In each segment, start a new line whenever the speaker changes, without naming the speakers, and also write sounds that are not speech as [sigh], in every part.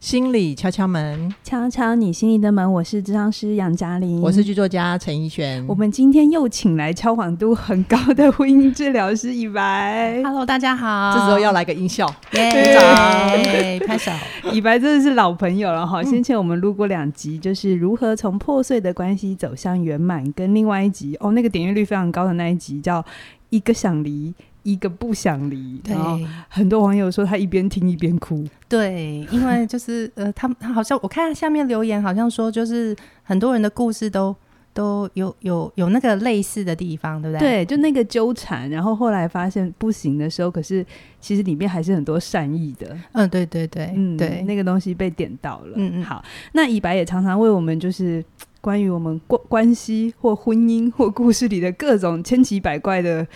心理敲敲门，
敲敲你心里的门，我是智商师杨嘉玲，
我是剧作家陈怡璇。
嗯我们今天又请来敲谎度很高的婚姻治疗师以
[laughs]
白。
Hello，大家好。
这时候要来个音效，
耶，
[laughs]
拍手。
以白真的是老朋友了哈，先前我们录过两集，就是如何从破碎的关系走向圆满，跟另外一集哦，那个点阅率非常高的那一集叫一个想离。一个不想离，
对
然后很多网友说他一边听一边哭，
对，因为就是呃，他们他好像我看下面留言，好像说就是很多人的故事都都有有有那个类似的地方，对不
对，
对？
就那个纠缠，然后后来发现不行的时候，可是其实里面还是很多善意的，
嗯，对对对，
嗯，
对，
那个东西被点到了，
嗯嗯
好，那以白也常常为我们就是关于我们关关系或婚姻或故事里的各种千奇百怪的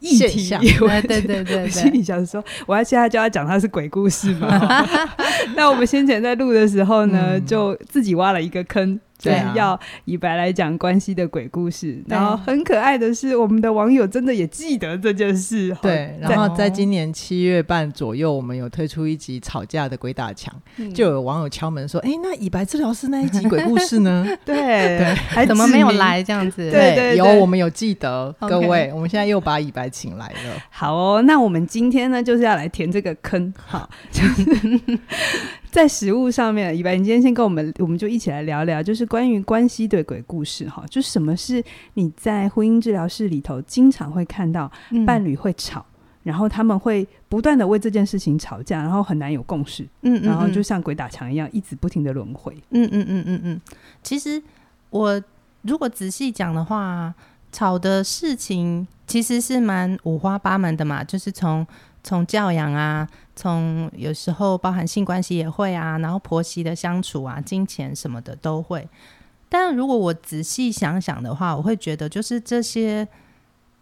议
现
题
象，
[laughs] 我
哎对对对对
我心里想说，我要现在就要讲它是鬼故事
[laughs]
嘛。那我们先前在录的时候呢，
嗯
就自己挖了一个坑。就是
对啊
要以白来讲关系的鬼故事，
对啊
然后很可爱的是，我们的网友真的也记得这件事，哦
对。
好
然后在今年七月半左右，我们有推出一集吵架的鬼打墙，
嗯
就有网友敲门说：“哎，那以白治疗师那一集鬼故事呢？”
[laughs]
对 [laughs] 对，还
怎么没有
指名
来这样 [laughs] 子？
对对
有
对
我们有记得，
OK
各位，我们现在又把以白请来了。
好哦，那我们今天呢，就是要来填这个坑。 [laughs] 好，就是 [laughs] 在食物上面，以白，你今天先跟我们，我们就一起来聊聊，就是关于关系对鬼故事哈，就什么是你在婚姻治疗室里头经常会看到
嗯
伴侣会吵。然后他们会不断的为这件事情吵架，然后很难有共识，
嗯嗯嗯
然后就像鬼打墙一样，一直不停的轮回。
嗯嗯嗯嗯嗯，其实我如果仔细讲的话，吵的事情其实是蛮五花八门的嘛，就是从从教养啊，从有时候包含性关系也会啊，然后婆媳的相处啊，金钱什么的都会。但如果我仔细想想的话，我会觉得就是这些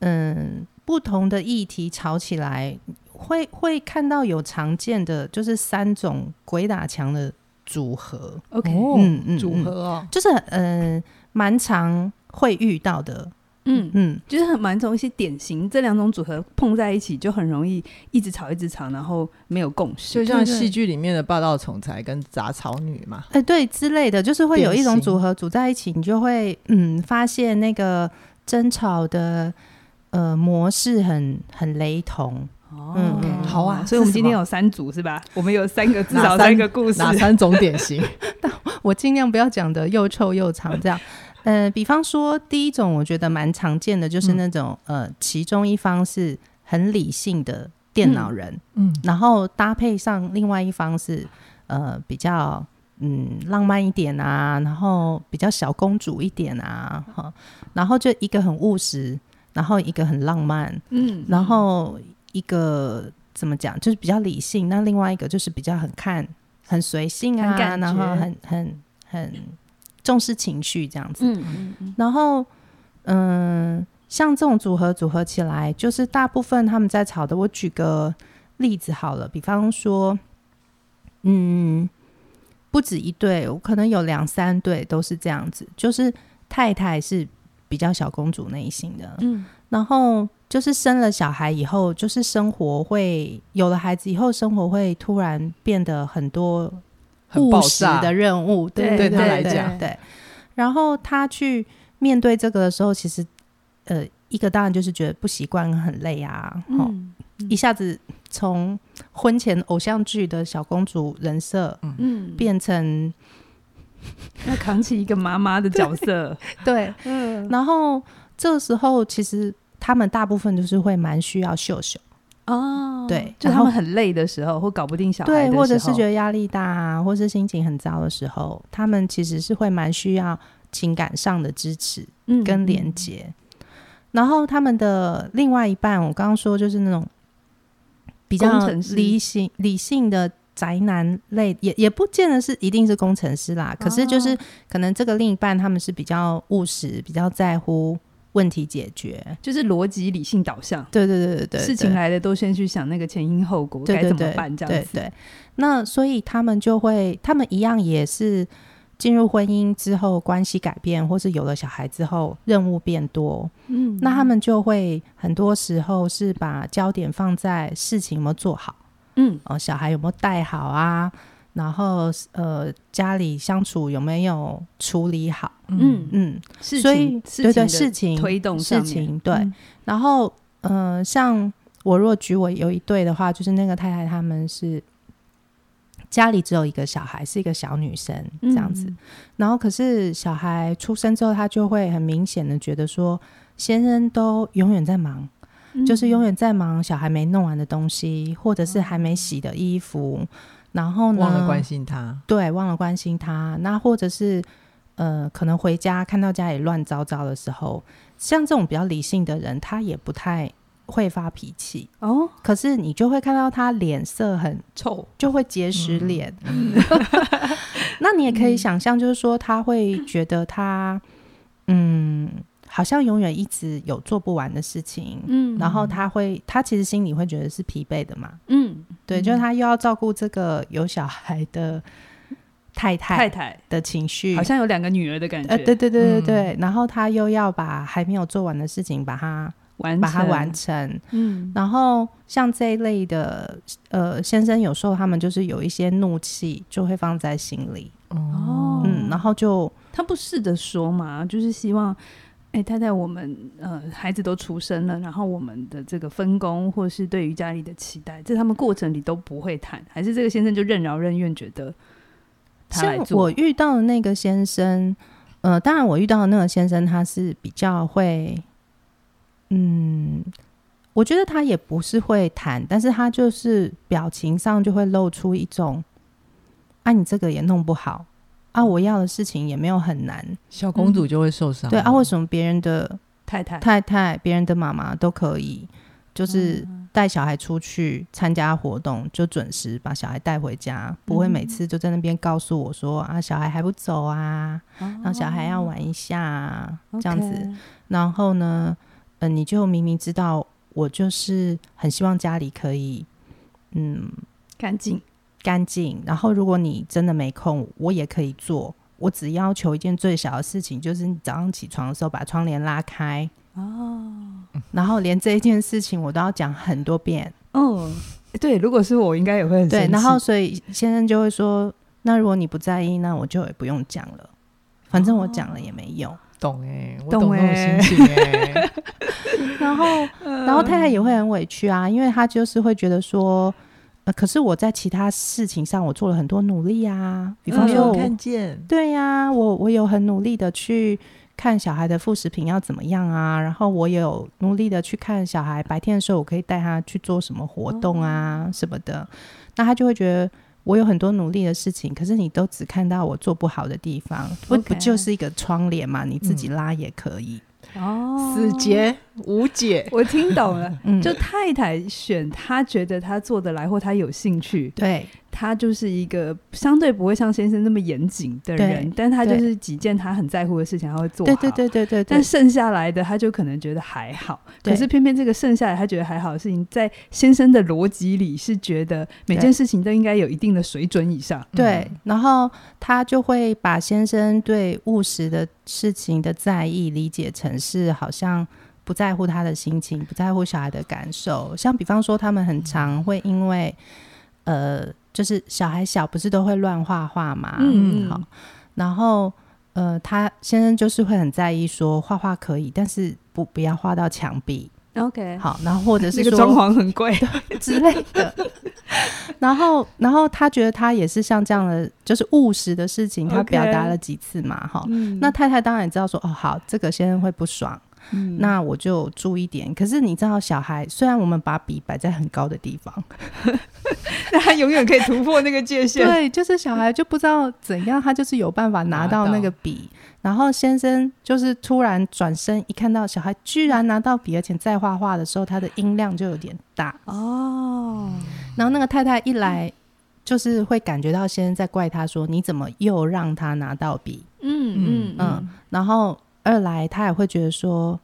嗯不同的议题吵起来，会会看到有常见的就是三种鬼打墙的组合。
OK，、
哦
嗯嗯，
组
嗯
合哦，
就是呃，蛮常会遇到的。
嗯，
嗯，
就是很蛮从一些典型这两种组合碰在一起，就很容易一直吵一直吵，然后没有共识。
就像
对对
戏剧里面的霸道总裁跟杂草女嘛。
[laughs] 哎、对之类的，就是会有一
典
种
型
组合组在一起，你就会嗯发现那个争吵的呃模式很很雷同。
哦
嗯嗯
好啊
所以我
是
们
什
今
么
天有三组是
[laughs]
吧？我们有三个，至
哪
少
三
个故事。
哪三种典型？
我尽量不要讲的又臭又长这样。呃，比方说第一种，我觉得蛮常见的，
嗯
就是那种、呃，其中一方是很理性的电脑人，
嗯，
然后搭配上另外一方是呃比较嗯浪漫一点啊，然后比较小公主一点啊，哈，然后就一个很务实，然后一个很浪漫，
嗯
然后一个怎么讲就是比较理性，那另外一个就是比较很看很随性啊
很，感觉
然后很很很重视情绪这样子，
嗯嗯
然后，嗯，像这种组合组合起来，就是大部分他们在吵的。我举个例子好了，比方说，嗯，不止一对，我可能有两三对都是这样子，就是太太是比较小公主类型的，
嗯
然后就是生了小孩以后，就是生活会有了孩子以后，生活会突然变得很多
很爆
务实
炸
的任务，
对
对
对他来
对
讲
对。然后他去面对这个的时候，其实呃，一个当然就是觉得不习惯、很累啊，
嗯
哦，一下子从婚前偶像剧的小公主人设
嗯
变成
要扛起一个妈妈的角色。
对，
[laughs] 嗯
然后这时候其实他们大部分就是会蛮需要秀秀。
哦
对
就
然
他
后
们很累的时候，或搞不定小孩
对，
的
或者
时
是
候
觉得压力大啊，或是心情很糟的时候，他们其实是会蛮需要情感上的支持
嗯
跟连接。然后他们的另外一半，我刚刚说就是那种比较
工程师
理性理性的宅男类，也也不见得是一定是工程师啦，可
哦
是就是可能这个另一半他们是比较务实，比较在乎问题解决。
就是逻辑理性导向，
对对对对对，
事
对
情来的都先去想那个前因后果
对
该
对
怎
对
么办这样
对
子。
对，那所以他们就会，他们一样也是进入婚姻之后，关系改变，或是有了小孩之后，任务变多，
嗯
那他们就会很多时候是把焦点放在事情有没有做好，
嗯
哦，小孩有没有带好啊，然后呃家里相处有没有处理好，
嗯，
嗯，
事
所以
情
对对
事
事
情
情
的推动上
事
面
情对，
嗯
然后嗯、呃像我若举我有一对的话，就是那个太太他们是家里只有一个小孩，是一个小女生这样子，
嗯
然后可是小孩出生之后，他就会很明显的觉得说，先生都永远在忙，
嗯
嗯
就是永远在忙小孩没弄完的东西，或者是还没洗的衣服，然后呢，
忘了关心他，
对，忘了关心他。那或者是呃，可能回家看到家里乱糟糟的时候，像这种比较理性的人，他也不太会发脾气。
哦
可是你就会看到他脸色很，
臭，
就会结石
嗯
脸。 [laughs]
[laughs]
那你也可以想象，就是说他会觉得他，嗯，好像永远一直有做不完的事情。
嗯
然后他会，他其实心里会觉得是疲惫的嘛，
嗯
对，就是他又要照顾这个有小孩的太
太
太
太
的情绪，
好像有两个女儿的感觉，
哎嗯呃，对对对对
嗯
对，然后他又要把还没有做完的事情把它
完
把它
成
完，成，
嗯
然后像这一类的呃先生，有时候他们就是有一些怒气就会放在心里，
哦
嗯，然后就
他不试着说嘛，就是希望，哎、太太，我们呃孩子都出生了，然后我们的这个分工或是对于家里的期待，在他们过程里都不会谈，还是这个先生就任劳任怨，觉得他
像
来做。
我遇到的那个先生，呃，当然我遇到的那个先生他是比较会，嗯，我觉得他也不是会谈，但是他就是表情上就会露出一种，啊，你这个也弄不好，啊，我要的事情也没有很难，
小公主就会受伤。
对啊，为什么别人的
太太，
太太、别人的妈妈都可以，就是
嗯
带小孩出去参加活动，就准时把小孩带回家，不会每次就在那边告诉我说啊，小孩还不走啊，
嗯哦
让小孩要玩一下、啊、这样子。然后呢，呃，你就明明知道我就是很希望家里可以，嗯，
干净，
干净。然后如果你真的没空，我也可以做。我只要求一件最小的事情，就是你早上起床的时候把窗帘拉开。哦，然后连这一件事情我都要讲很多遍。
哦，对，如果是我，应该也会很
对，
生
然后
气
所以先生就会说：“那如果你不在意，那我就也不用讲了，反正我讲了也没
哦
用。
懂哎、我
懂
懂
欸
那种心情哎、
[laughs]
然后， [laughs] 然后太太也会很委屈啊，因为她就是会觉得说。呃，可是我在其他事情上我做了很多努力啊，比
比
嗯
方
方
说
说，
我
看见，
对呀、我我有很努力的去看小孩的副食品要怎么样啊，然后我有努力的去看小孩白天的时候，我可以带他去做什么活动啊、
哦
什么的，那他就会觉得。我有很多努力的事情，可是你都只看到我做不好的地方，不
OK 嗯
不就是一个窗帘嘛？你自己拉也可以，
哦，
死，结无解，
我听懂了。
嗯，
就太太选他觉得他做得来或他有兴趣，
对
他就是一个相对不会像先生那么严谨的人
对，
但他就
对
是几件他很在乎的事情，他会做
对
好。
对对对对对
但剩下来的，他就可能觉得还好。
对
可是偏偏这个剩下来他觉得还好的事情，在先生的逻辑里是觉得每件事情都应该有一定的水准以上。
对，然后他就会把先生对务实的事情的在意理解成是好像不在乎他的心情，不在乎小孩的感受。像比方说，他们很
嗯
常会因为呃，就是小孩小不是都会乱画画嘛，
嗯
啊好，然后呃，他先生就是会很在意说画画可以，但是不不要画到墙壁，
OK，
好，然后或者是
那个
说
装潢很贵。
[laughs] 之类的。然后，然后他觉得他也是像这样的，就是务实的事情，他
OK
表达了几次嘛，哈。
嗯
那太太当然也知道说，哦，好，这个先生会不爽，
嗯 [laughs]
那我就注意点。可是你知道，小孩虽然我们把笔摆在很高的地方，
那他永远可以突破那个界限。
对，就是小孩就不知道怎样，他就是有办法拿到那个笔。然后先生就是突然转身，一看到小孩居然拿到笔，而且在画画的时候，他的音量就有点大。
哦，
然后那个太太一来，就是会感觉到先生在怪他说：“你怎么又让他拿到笔
嗯嗯
嗯
嗯，？”
然后二来，他也会觉得说：“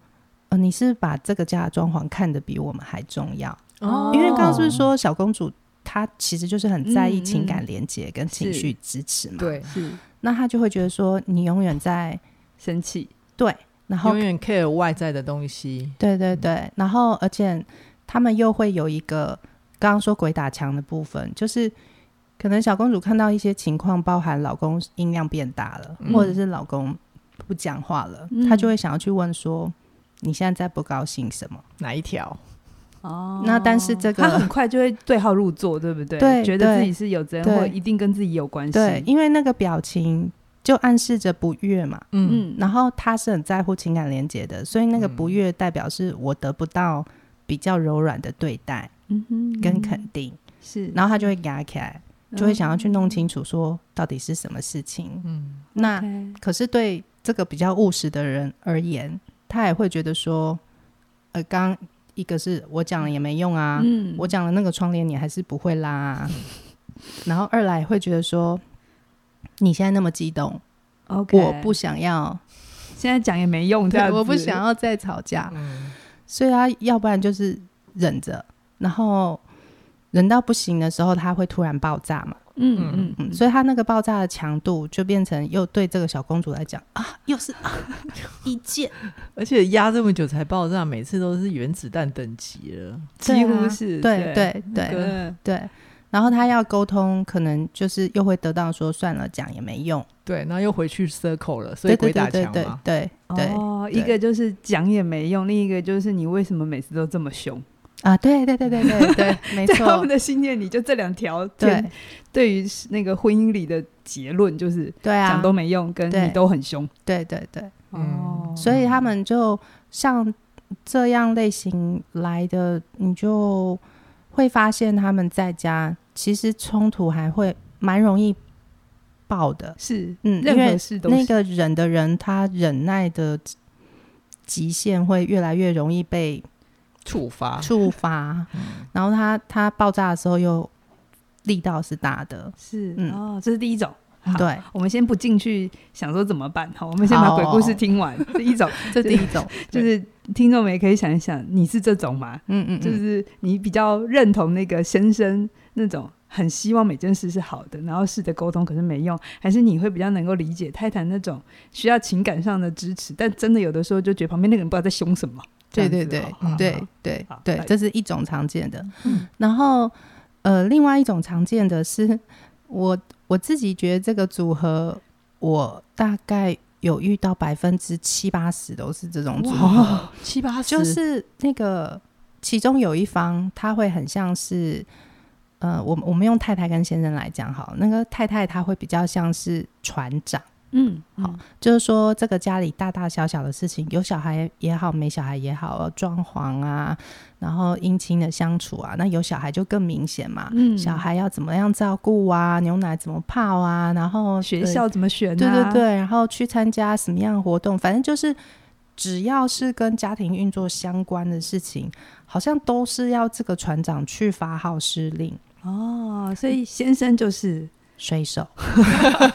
呃，你是不是把这个家的装潢看得比我们还重要。
哦
因为刚刚是不是说小公主她其实就是很在意
嗯
情感
嗯
连接跟情
是
绪支持嘛？，
对，
是
那她就会觉得说你永远在
生气。
对，然后
永远 care 外在的东西，
对对对，然后而且他们又会有一个刚刚说鬼打墙的部分，就是可能小公主看到一些情况，包含老公音量变大了，
嗯
或者是老公不讲话了，
嗯
她就会想要去问说：“你现在在不高兴什么？”
哪一条？
哦
那但是这个
他很快就会对号入座，对不对？
对
觉得
对
自己是有责任，
对
或一定跟自己有关系。
对，，因为那个表情就暗示着不悦嘛。
嗯，
嗯，
然后他是很在乎情感连接的，所以那个不悦代表是我得不到比较柔软的对待
嗯哼
跟肯定，
是，
然后他就会压起来，就会想要去
嗯
弄清楚说到底是什么事情。
嗯
那
OK
可是对这个比较务实的人而言，他也会觉得说，呃，刚一个是我讲了也没用啊，
嗯
我讲了那个窗帘你还是不会
[laughs]
拉、啊，然后二来也会觉得说，你现在那么激动，
OK，
我不想要，
现在讲也没用，这样
对，
子
我不想。要再吵架，
嗯
所以他要不然就是忍着，然后忍到不行的时候，他会突然爆炸嘛，
嗯嗯
嗯，
嗯，
所以他那个爆炸的强度就变成又对这个小公主来讲啊，又是啊一件。
而且压这么久才爆炸，每次都是原子弹等级了。
几
对
乎
啊
是
对
对
对对
嗯
对。然后他要沟通，可能就是又会得到说算了，讲也没用，
对，然后又回去 circle 了，所
对
以
对
鬼打
对对
墙
对
嘛。
对对
哦，
对
一个就是讲也没用，另一个就是你为什么每次都这么凶？
啊，对对对对对对，没
在他们
错，
的信念里，就这两条
对
对于那个婚姻里的结论就是
对啊
讲，都没用，跟
对
你都很凶。
对对对，
嗯
所以他们就像这样类型来的，你就会发现他们在家其实冲突还会蛮容易爆的，
是
嗯，因
任何
为
事都
那
是
个忍的人，他忍耐的极限会越来越容易被
触发，
[laughs]
触发，然后他他爆炸的时候又力道是大的，
是
嗯
哦，这是第一种。好，
对，
我们先不进去想说怎么办，好，我们先把
好
鬼故事听
[laughs]
完。第一种
这第一种，
[laughs] 就是听众们也可以想一想，你是这种吗？
嗯嗯，嗯
就是你比较认同那个先生那种很希望每件事是好的，然后试着沟通，可是没用，还是你会比较能够理解泰坦那种需要情感上的支持，但真的有的时候就觉得旁边那个人不知道在凶什么。
对
这
对
样子
对
哦好
对
好
对
好嗯
对
来，
这是一种常见的。然后呃，另外一种常见的是，我我自己觉得这个组合，我大概有遇到百分之七八十都是这
嗯
种组合，
哇，七八十
就是那个其中有一方他会很像是。呃，我们我们用太太跟先生来讲好了，那个太太她会比较像是船长，
嗯，
好，就是说这个家里大大小小的事情，有小孩也好，没小孩也好，呃装潢啊，然后姻亲的相处啊，那有小孩就更明显嘛。
嗯
小孩要怎么样照顾啊？牛奶怎么泡啊？然后
学
呃
校怎么选、啊？
对对对，然后去参加什么样的活动，反正就是只要是跟家庭运作相关的事情，好像都是要这个船长去发号施令、
哦，所以先生就是
水手。
[laughs]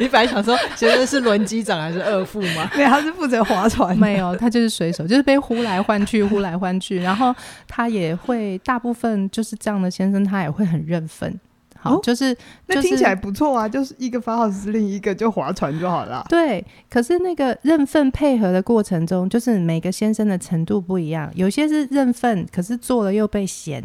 你本来想说，觉得是轮机长还是二副吗？
对，他是负责划船的，
[laughs] 没有，他就是水手，就是被呼来唤去，呼来唤去。然后他也会，大部分就是这样的先生，他也会很认份。好，
哦
就是
那听
就是
起来不错啊，就是一个发号施令，一个就划船就好了。
对。可是那个认份配合的过程中，就是每个先生的程度不一样，有些是认份，可是做了又被嫌，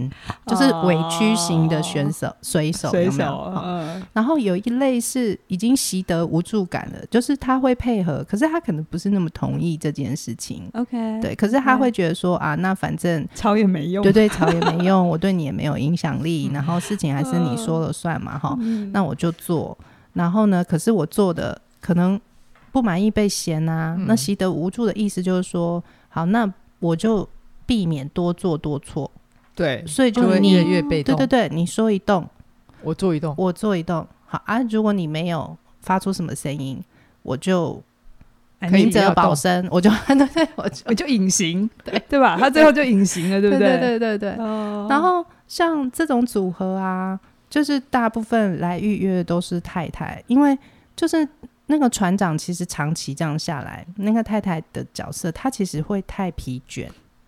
就是委屈型的选手、水手，
水
有没有
哦
哦
手，
好
嗯，
然后有一类是已经习得无助感了，就是他会配合，可是他可能不是那么同意这件事情。
OK，
对，，可是他会觉得说啊，那反正
吵也没嗯用，
对对，吵也没用，我对你也没有影
[laughs]
响力，然后事情还是你
嗯
说了算嘛，哈、
嗯
那我就做。然后呢，可是我做的可能不满意被嫌啊，那
嗯
习得无助的意思就是说，好，那我就避免多做多错，
对，
所以
嗯就会
哦你
越来越被
对
动。
对对，你说一动，
我做一动，
我做一动，好啊，如果你没有发出什么声音，我就
哎
可以
你
明
不要
哲保
动
身，我就 [laughs] 对对，我就
我就隐形，对对吧？他最后就隐形了，对不
对
对
对对对。
哦
然后像这种组合啊，就是大部分来预约的都是太太，因为就是那个船长其实长期这样下来，那个太太的角色她其实会太疲倦，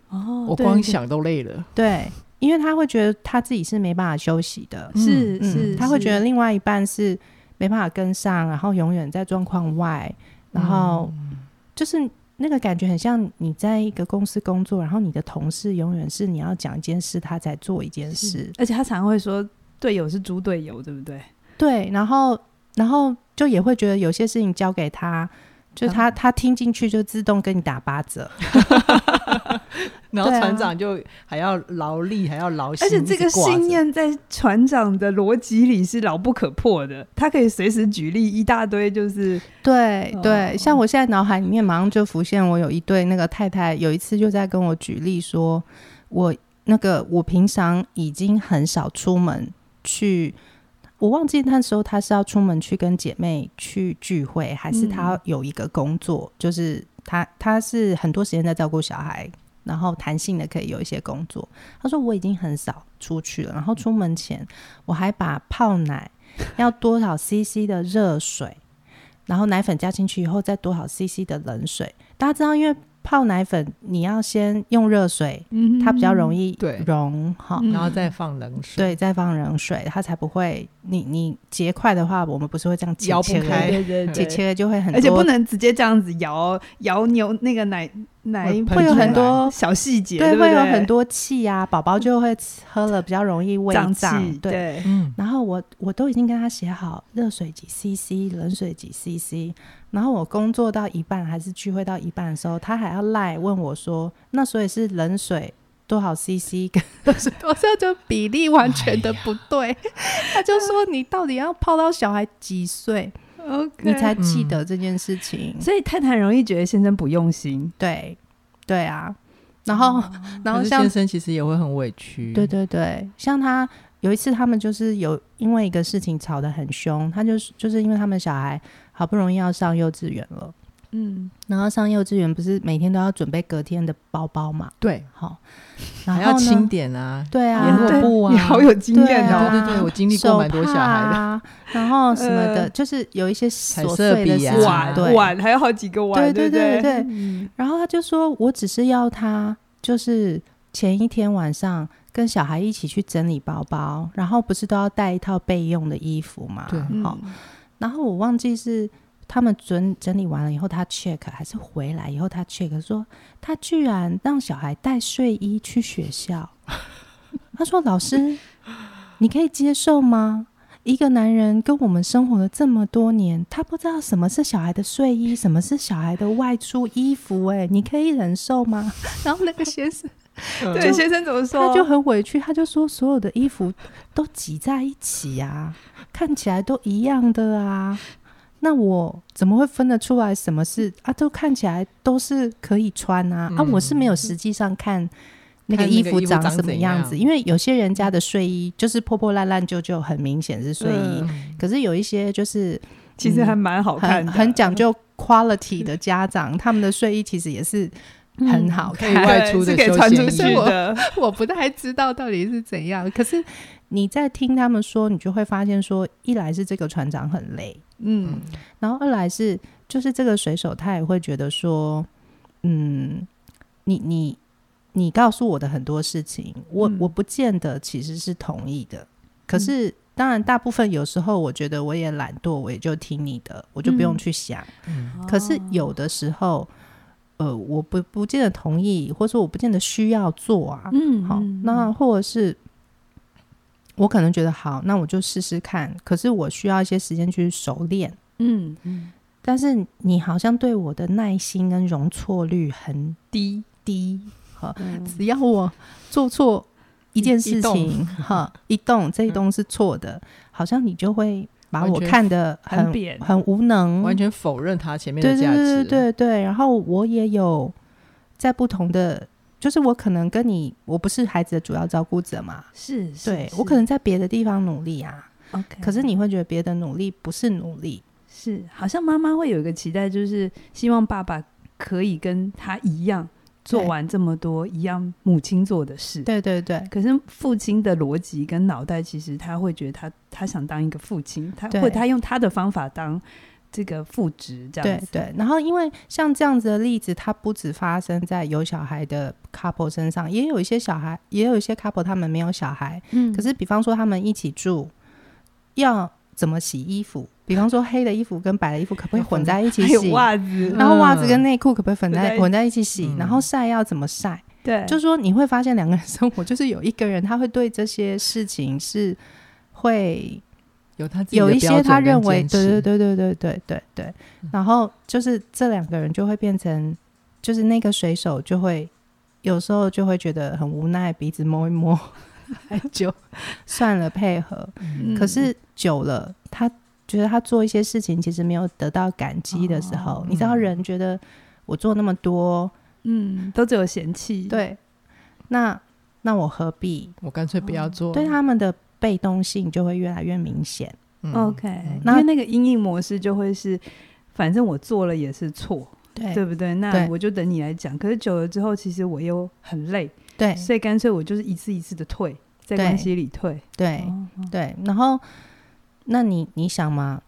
哦，
我
对
光
对
想都累了。
对，因为她会觉得她自己是没办法休息的，
是
嗯
是，
她会
是
觉得另外一半是没办法跟上，然后永远在状况外，
嗯
然后
嗯
就是。那个感觉很像你在一个公司工作，然后你的同事永远是你要讲一件事，他才做一件
是
事。
而且他常会说。队友是猪队友，对不对？
对，然后然后就也会觉得有些事情交给他，
嗯
就他、他听进去就自动跟你打八折。
然后
对啊
船长就还要劳力，还要劳心，
而且这
一
个
直挂着
信念在船长的逻辑里是牢不可破的，他可以随时举例一大堆，就是
对
哦
对，像我现在脑海里面马上就浮现，我有一对那个太太，有一次就在跟我举例说，我那个我平常已经很少出门去，我忘记那时候她是要出门去跟姐妹去聚会，还是她
嗯
有一个工作，就是她她是很多时间在照顾小孩，然后弹性的可以有一些工作。她说我已经很少出去了，然后出门前我还把泡奶要多少 CC 的热水，然后奶粉加进去以后再多少 CC 的冷水。大家知道，因为泡奶粉你要先用热水，
嗯
它比较容易哦
对
溶哈。
嗯
然后再放冷水，
对，再放冷水，它才不会。你你结块的话，我们不是会这样切
摇不
切
开
的，
对对
切
对
切的就会很多，
而且不能直接这样子摇摇牛那个奶奶
会
会
喷
有
出
很
来
多小细节，
对，
对，
会有很多气啊，宝宝就会喝了比较容易胃
胀
胀
气，，
对。
对，
嗯，
然后我我都已经跟他写好热水几 CC，冷水几 CC。然后我工作到一半还是聚会到一半的时候，他还要赖问我说：“那所以是冷水多少 CC [laughs] 跟热
[laughs]
水多少？”就比例完全的不对。他就说：“你到底要泡到小孩几岁，
OK，
你才记得这件事情
[laughs] 所以太太容易觉得先生不用心？”，
对，对啊。然后，然
哦
后
可是
像
先生其实嗯也会很委屈，
对对对，像他有一次，他们就是有因为一个事情吵得很凶，他就是就是因为他们小孩好不容易要上幼稚园了，
嗯，
然后上幼稚园不是每天都要准备隔天的包包嘛，
对，
好，然
还要
后呢
清点啊，
对
嗯
啊，
联络
对
部啊，
你好有经
对
验
对
哦
啊。
对对，我经历过蛮多小孩
手
的，
帕啊然后什么的，
呃
就是有一些琐
色
碎的
笔
事
啊
情，
哇
对
碗碗还有好几个碗，
对
不
对对对
嗯
然后他就说：“我只是要他，就是前一天晚上跟小孩一起去整理包包，然后不是都要带一套备用的衣服嘛？
对
好、
嗯
然后我忘记是他们整整理完了以后，他 check 还是回来以后他 check 说，他居然让小孩带睡衣去学校。 [laughs] 他说：“老师，你可以接受吗？”一个男人跟我们生活了这么多年，他不知道什么是小孩的睡衣，什么是小孩的外出衣服、哎，你可以忍受吗？然后那个先生
对，先生怎么说？
嗯他就很委屈，他就说所有的衣服都挤在一起啊，看起来都一样的啊。那我怎么会分得出来什么是啊？都看起来都是可以穿啊、啊！
嗯
我是没有实际上看那个
看那个
衣服
衣服
长
长
什么
怎
样
样
子，因为有些人家的睡衣就是破破烂烂旧旧，很明显是睡衣、
嗯
嗯
可是有一些就是
其实还蛮好看
很
的，
很讲究 quality 的家长，他们的睡衣其实也是很好
嗯可
看
以
嗯对，
外出的
是可以
休闲
穿出
衣
去的，
我不太知道到底是怎样。可是你在听他们说，你就会发现说，一来是这个船长很累，
嗯，
然后二来是就是这个水手他也会觉得说，嗯，你你你告诉我的很多事情，我、
嗯
我不见得其实是同意的，可是。当然，大部分有时候我觉得我也懒惰，我也就听你的，我就不用
嗯
去想。
嗯
可是有的时候，呃，我不不见得同意，或者说我不见得需要做啊。
嗯
好，那或者是我可能觉得好，那我就试试看。可是我需要一些时间去熟练。
嗯嗯
但是你好像对我的耐心跟容错率很低低，哈，只要我做错一件
嗯一
事
动 [laughs] 嗯
情，哈，一动这一动是错的，好像你就会把
完
我
全
看得
很
很
扁
很无能，
完全否认他前面
嗯对
的
对
价值，
对对对，然后我也有在不同的，就是我可能跟你，我不是孩子的主要照顾者嘛，
是，是
对
是嗯
我可能在别的地方努力啊，
OK，
可是你会觉得别的努力不是努力，
是好像妈妈会有一个期待，就是希望爸爸可以跟他一样做
对
完这么多一样母亲做的事。
对对对
可是父亲的逻辑跟脑袋，其实他会觉得他他想当一个父亲，他
对
或他用他的方法当这个父职这样
对
子。
对，然后因为像这样子的例子，它不止发生在有小孩的 couple 身上，也有一些小孩，也有一些 couple 他们没有小孩，
嗯
可是比方说他们一起住，要怎么洗衣服？比方说黑的衣服跟白的衣服可不可以混在一
[laughs]
起
还有
洗？
袜
[laughs]
子，
然后袜子跟内裤可不可以混
混在
在
一
混在一起洗？
嗯
然后晒要怎么晒？
对，
就是说你会发现两个人生活，就是有一个人他会对这些事情是会
有他自己的
有一
标
些
准
他
跟
认为，
坚
对对
持，嗯
对对对对对对，然后就是这两个人就会变成，就是那个水手就会有时候就会觉得很无奈，鼻子摸一摸，哎就算了配合，
嗯
可是久了，他觉得他做一些事情其实没有得到感激的时候，
哦
你知道
嗯
人觉得我做那么多，
嗯，都只有嫌弃，，
对，那那我何必？
我干脆不要做。
对他们的被动性就会越来越明显。
嗯
OK，、
那
因为那个阴影模式就会是，反正我做了也是错，
对
对不对？那
对
我就等你来讲。可是久了之后，其实我又很累，
对
所以干脆我就是一次一次的退，在
对
关系里退。
对
哦
对，然后那你你想嘛，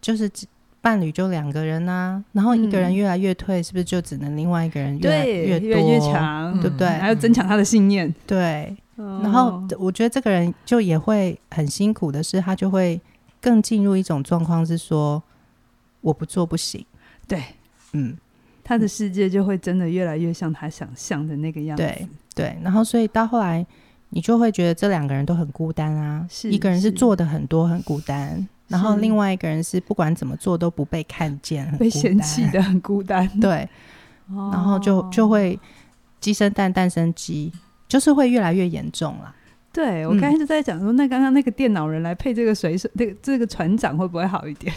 就是只伴侣就两个人呐、然后一个人
嗯
越来越退，是不是就只能另外一个人越来
对，
越
越
多
来越强，
对不对？
嗯
还要增强他的信念。哦
对，
然
然后我觉得这个人就也会很辛苦的是，他就会更进入一种状况，是说我不做不行。
对
嗯，
他的世界就会真的越来越像他想象的那个样子。
对对。然后所以到后来，你就会觉得这两个人都很孤单啊，
是
一个人是
是
做的很多很孤单，然后
是
另外一个人是不管怎么做都不被看见，很
被
孤
嫌
单
弃。的很孤单， [laughs]
对，
哦，
然后就就会鸡生蛋，蛋生鸡，就是会越来越严重啦。
对我
嗯
刚才就在讲说，那刚刚那个电脑人来配这个水手，这个这个船长会不会好一点？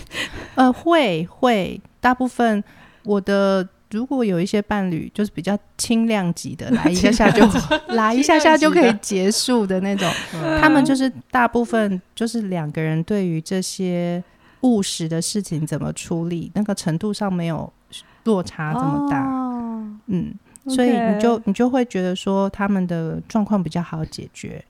呃，会会，大部分我的如果有一些伴侣就是比较轻量级的，来一下下就来一下下就可以结束的那种，
嗯
他们就是大部分就是两个人对于这些务实的事情怎么处理，那个程度上没有落
啊
差这么大，
哦
嗯。
OK
所以你就你就会觉得说他们的状况比较好解决，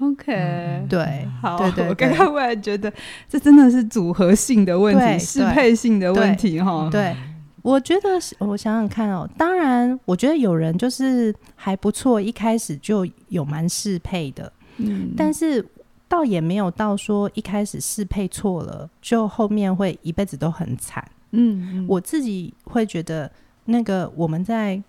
OK，、
嗯
对
好，
对对
我刚
对
刚忽然觉得这真的是组合性的问
对
题，适配性的问题哈。
对，我觉得是我想想看哦，当然，我觉得有人就是还不错，一开始就有蛮适配的，
嗯
但是倒也没有到说一开始适配错了，就后面会一辈子都很惨。
嗯，嗯
我自己会觉得，那个我们在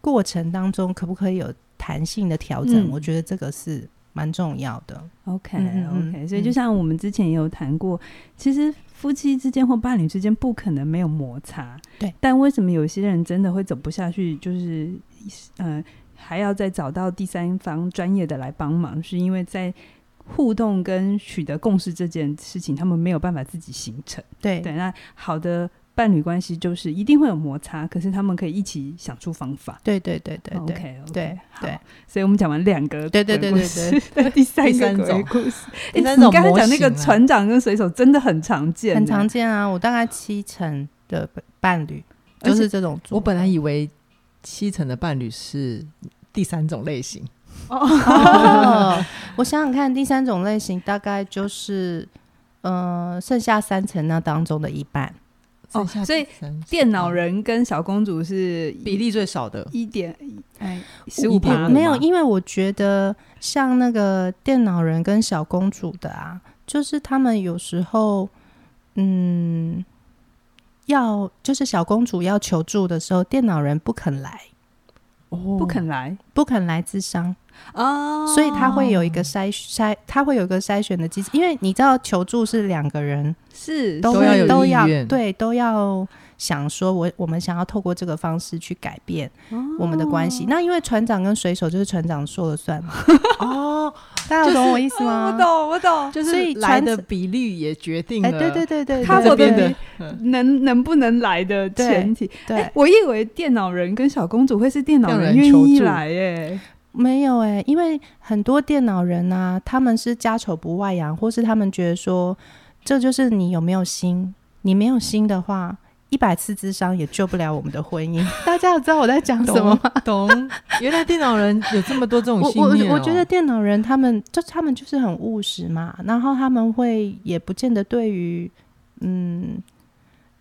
过程当中可不可以有弹性的调整？
嗯
我觉得这个是蛮重要的。
OK
嗯嗯
OK，
嗯
所以就
嗯
像我们之前也有谈过，其实夫妻之间或伴侣之间不可能没有摩擦，
对。
但为什么有些人真的会走不下去？就是呃，还要再找到第三方专业的来帮忙，是因为在互动跟取得共识这件事情，他们没有办法自己形成。
对
对，那好的伴侣关系就是一定会有摩擦，可是他们可以一起想出方法。
对对对对对
OK，
对
好
对，
所以我们讲完两个
对对对
鬼
对
故事，那 [laughs] 第三
第三
个鬼
种
故事，
第
诶
三
你
种
刚才
模
讲那个
型啊
船长跟水手真的很常见，欸
很常，见啊，我大概七成的伴侣
而
就
且
是这种组
嗯
合。
我本来以为七成的伴侣是第三种类型，
哦，我想想看，第三种类型大概就是，呃，剩下三层那当中的一半。
哦
剩下
所以
第三种
[laughs] 电脑人跟小公主是
比例最少的，
一点哎十五趴，
吗
没有，因为我觉得像那个电脑人跟小公主的啊，就是他们有时候，嗯，要就是小公主要求助的时候，电脑人不肯来，
不肯来
不肯来自商，
哦
所以他会有一个筛筛，他会有一个筛选的机制，因为你知道求助是两个人
是
都
都
会
要有
都
意
要
愿
对都要想说我，我们想要透过这个方式去改变我们的关系。那因为船长跟水手就是船长说了算嘛， [laughs]
哦，
大家有懂我意思
哦
吗？
我懂我懂，
就
所
是
以
来
传
的
承
比率也决定
哎、
了
对对对对，
他
这
对
我的
边
理
的
能能不能来的
对
前提，
对、
哎我以为电脑人跟小公主会是电脑
电脑
人
人
愿
求
意
助
来耶，
没有哎、因为很多电脑人啊，他们是家丑不外扬，或是他们觉得说这就是你有没有心，你没有心的话。一百次智商也救不了我们的婚姻，大家有知道我在讲什么吗？
[laughs] 懂？原来电脑人有这么多这种
我
信
我
念、哦
我觉得电脑人他们就他们就是很务实嘛，然后他们会也不见得对于嗯。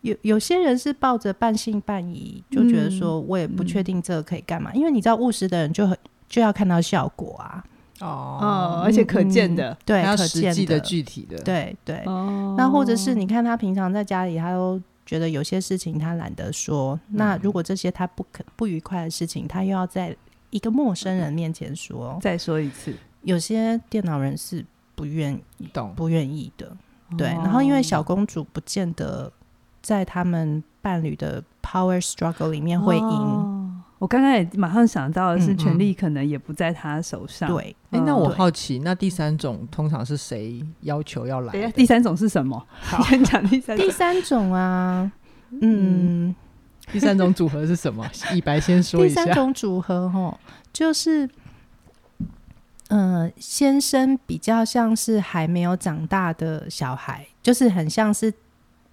有有些人是抱着半信半疑，就觉得说
嗯
我也不确定这个可以干嘛，因为你知道务实的人就很就要看到效果啊，嗯
哦，
哦，
而且可见的，
对，
还要
可
实
见
际
的
的、具体的，
对对。
哦
那或者是你看他平常在家里，他都觉得有些事情他懒得说，那
嗯
如果这些他不可不愉快的事情，他又要
嗯
在一个陌生人面前说，
再说一次，
有些电脑人是不不愿
懂。
不愿意的。对，
哦
然后因为小公主不见得在他们伴侣的 power struggle 里面会赢。
哦我刚刚也马上想到的是，
嗯嗯
权力可能也不在他手上。，
对，
哎、那我
对
好奇，那第三种通常是谁要求要来
等一
的
下？第三种是什么？先讲第三种
第。三种啊，嗯，
第三种组合是什
[laughs]
么？以白先说
第
一下
三。种组合吼，就是，呃，先生比较像是还没有长大的小孩，就是很像是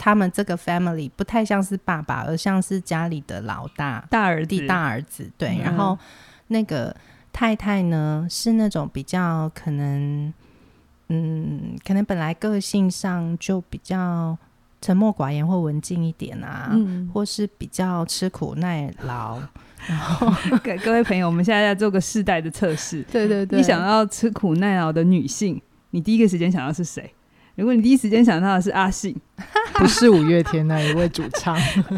他们这个 family 不太像是爸爸，而像是家里的老大。
大儿
弟
子，
大儿子，对，
嗯
然后那个太太呢是那种比较可能，嗯，可能本来个性上就比较沉默寡言或文静一点啊，
嗯，
或是比较吃苦耐劳，然后。
各各位朋友，我们现在在做个世代的测试
对对
你想要吃苦耐劳的女性，你第一个时间想到是谁？如果你第一时间想到的是阿信，
[laughs] 不是五月天那一位主
[laughs]
唱，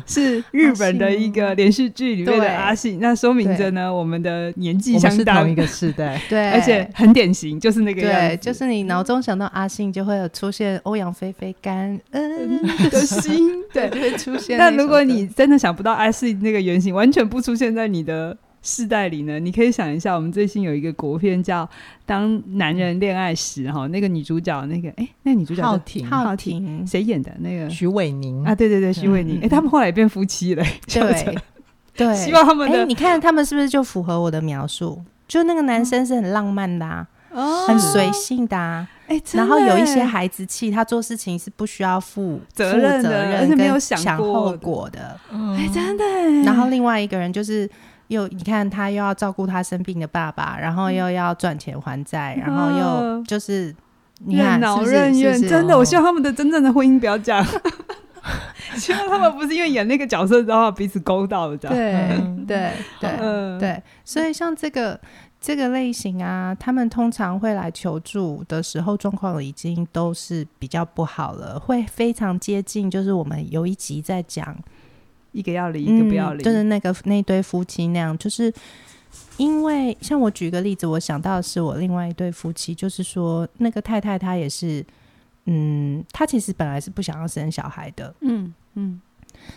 是日本的一个连续剧里面的
对
阿信，那说明着呢，我们的年纪
我们
相
是同
当
一，个世
[laughs]
代。
对，
而且。很典型，就是那个样
对
子，，
就是你脑中想到阿信，就会有出现欧阳菲菲干恩
[laughs] 的
[laughs]
心。
对，就会出现
嗯那
那首歌。
如果你真的想不到阿信那个原型，完全不出现在你的世代里呢，你可以想一下，我们最近有一个国片叫《当男人恋爱时》哈，那个女主角那个哎、那个女主角
浩
是
廷、
嗯浩
浩廷
廷，
谁演的？那个
徐伟宁
啊，对对对，徐伟宁，哎、
嗯嗯
他们后来也变夫妻了、 [laughs]
对对，
希望他们
哎、
的、
你看他们是不是就符合我的描述？就那个男生是很浪漫的、啊，
哦
很随性的、啊，
哎、
然
真的
后有一些
哎
孩子气，他做事情是不需要负
责任
负
的
责任
而且没有
跟
想
想
过
后
的
果的。嗯
哎、真的哎、
然后另外一个人就是又你看他又要照顾他生病的爸爸，然后又要赚钱还债，然后又
嗯
就是你
任
看是
劳
不是
任
是
怨，
不是
真的，
哦
我希望他们的真正的婚姻不要这
[laughs]
样。希望他们不是因为演那个角色，然后彼此勾到了这样。
对
嗯
对对
嗯，
对，所以像这个这个类型啊，他们通常会来求助的时候，状况已经都是比较不好了，会非常接近，就是我们有一集在讲，
一个要离，一个不要
嗯
离，
就是那个那对夫妻那样，就是。因为像我举一个例子，我想到的是我另外一对夫妻，就是说那个太太她也是，嗯，她其实本来是不想要生小孩的，
嗯嗯，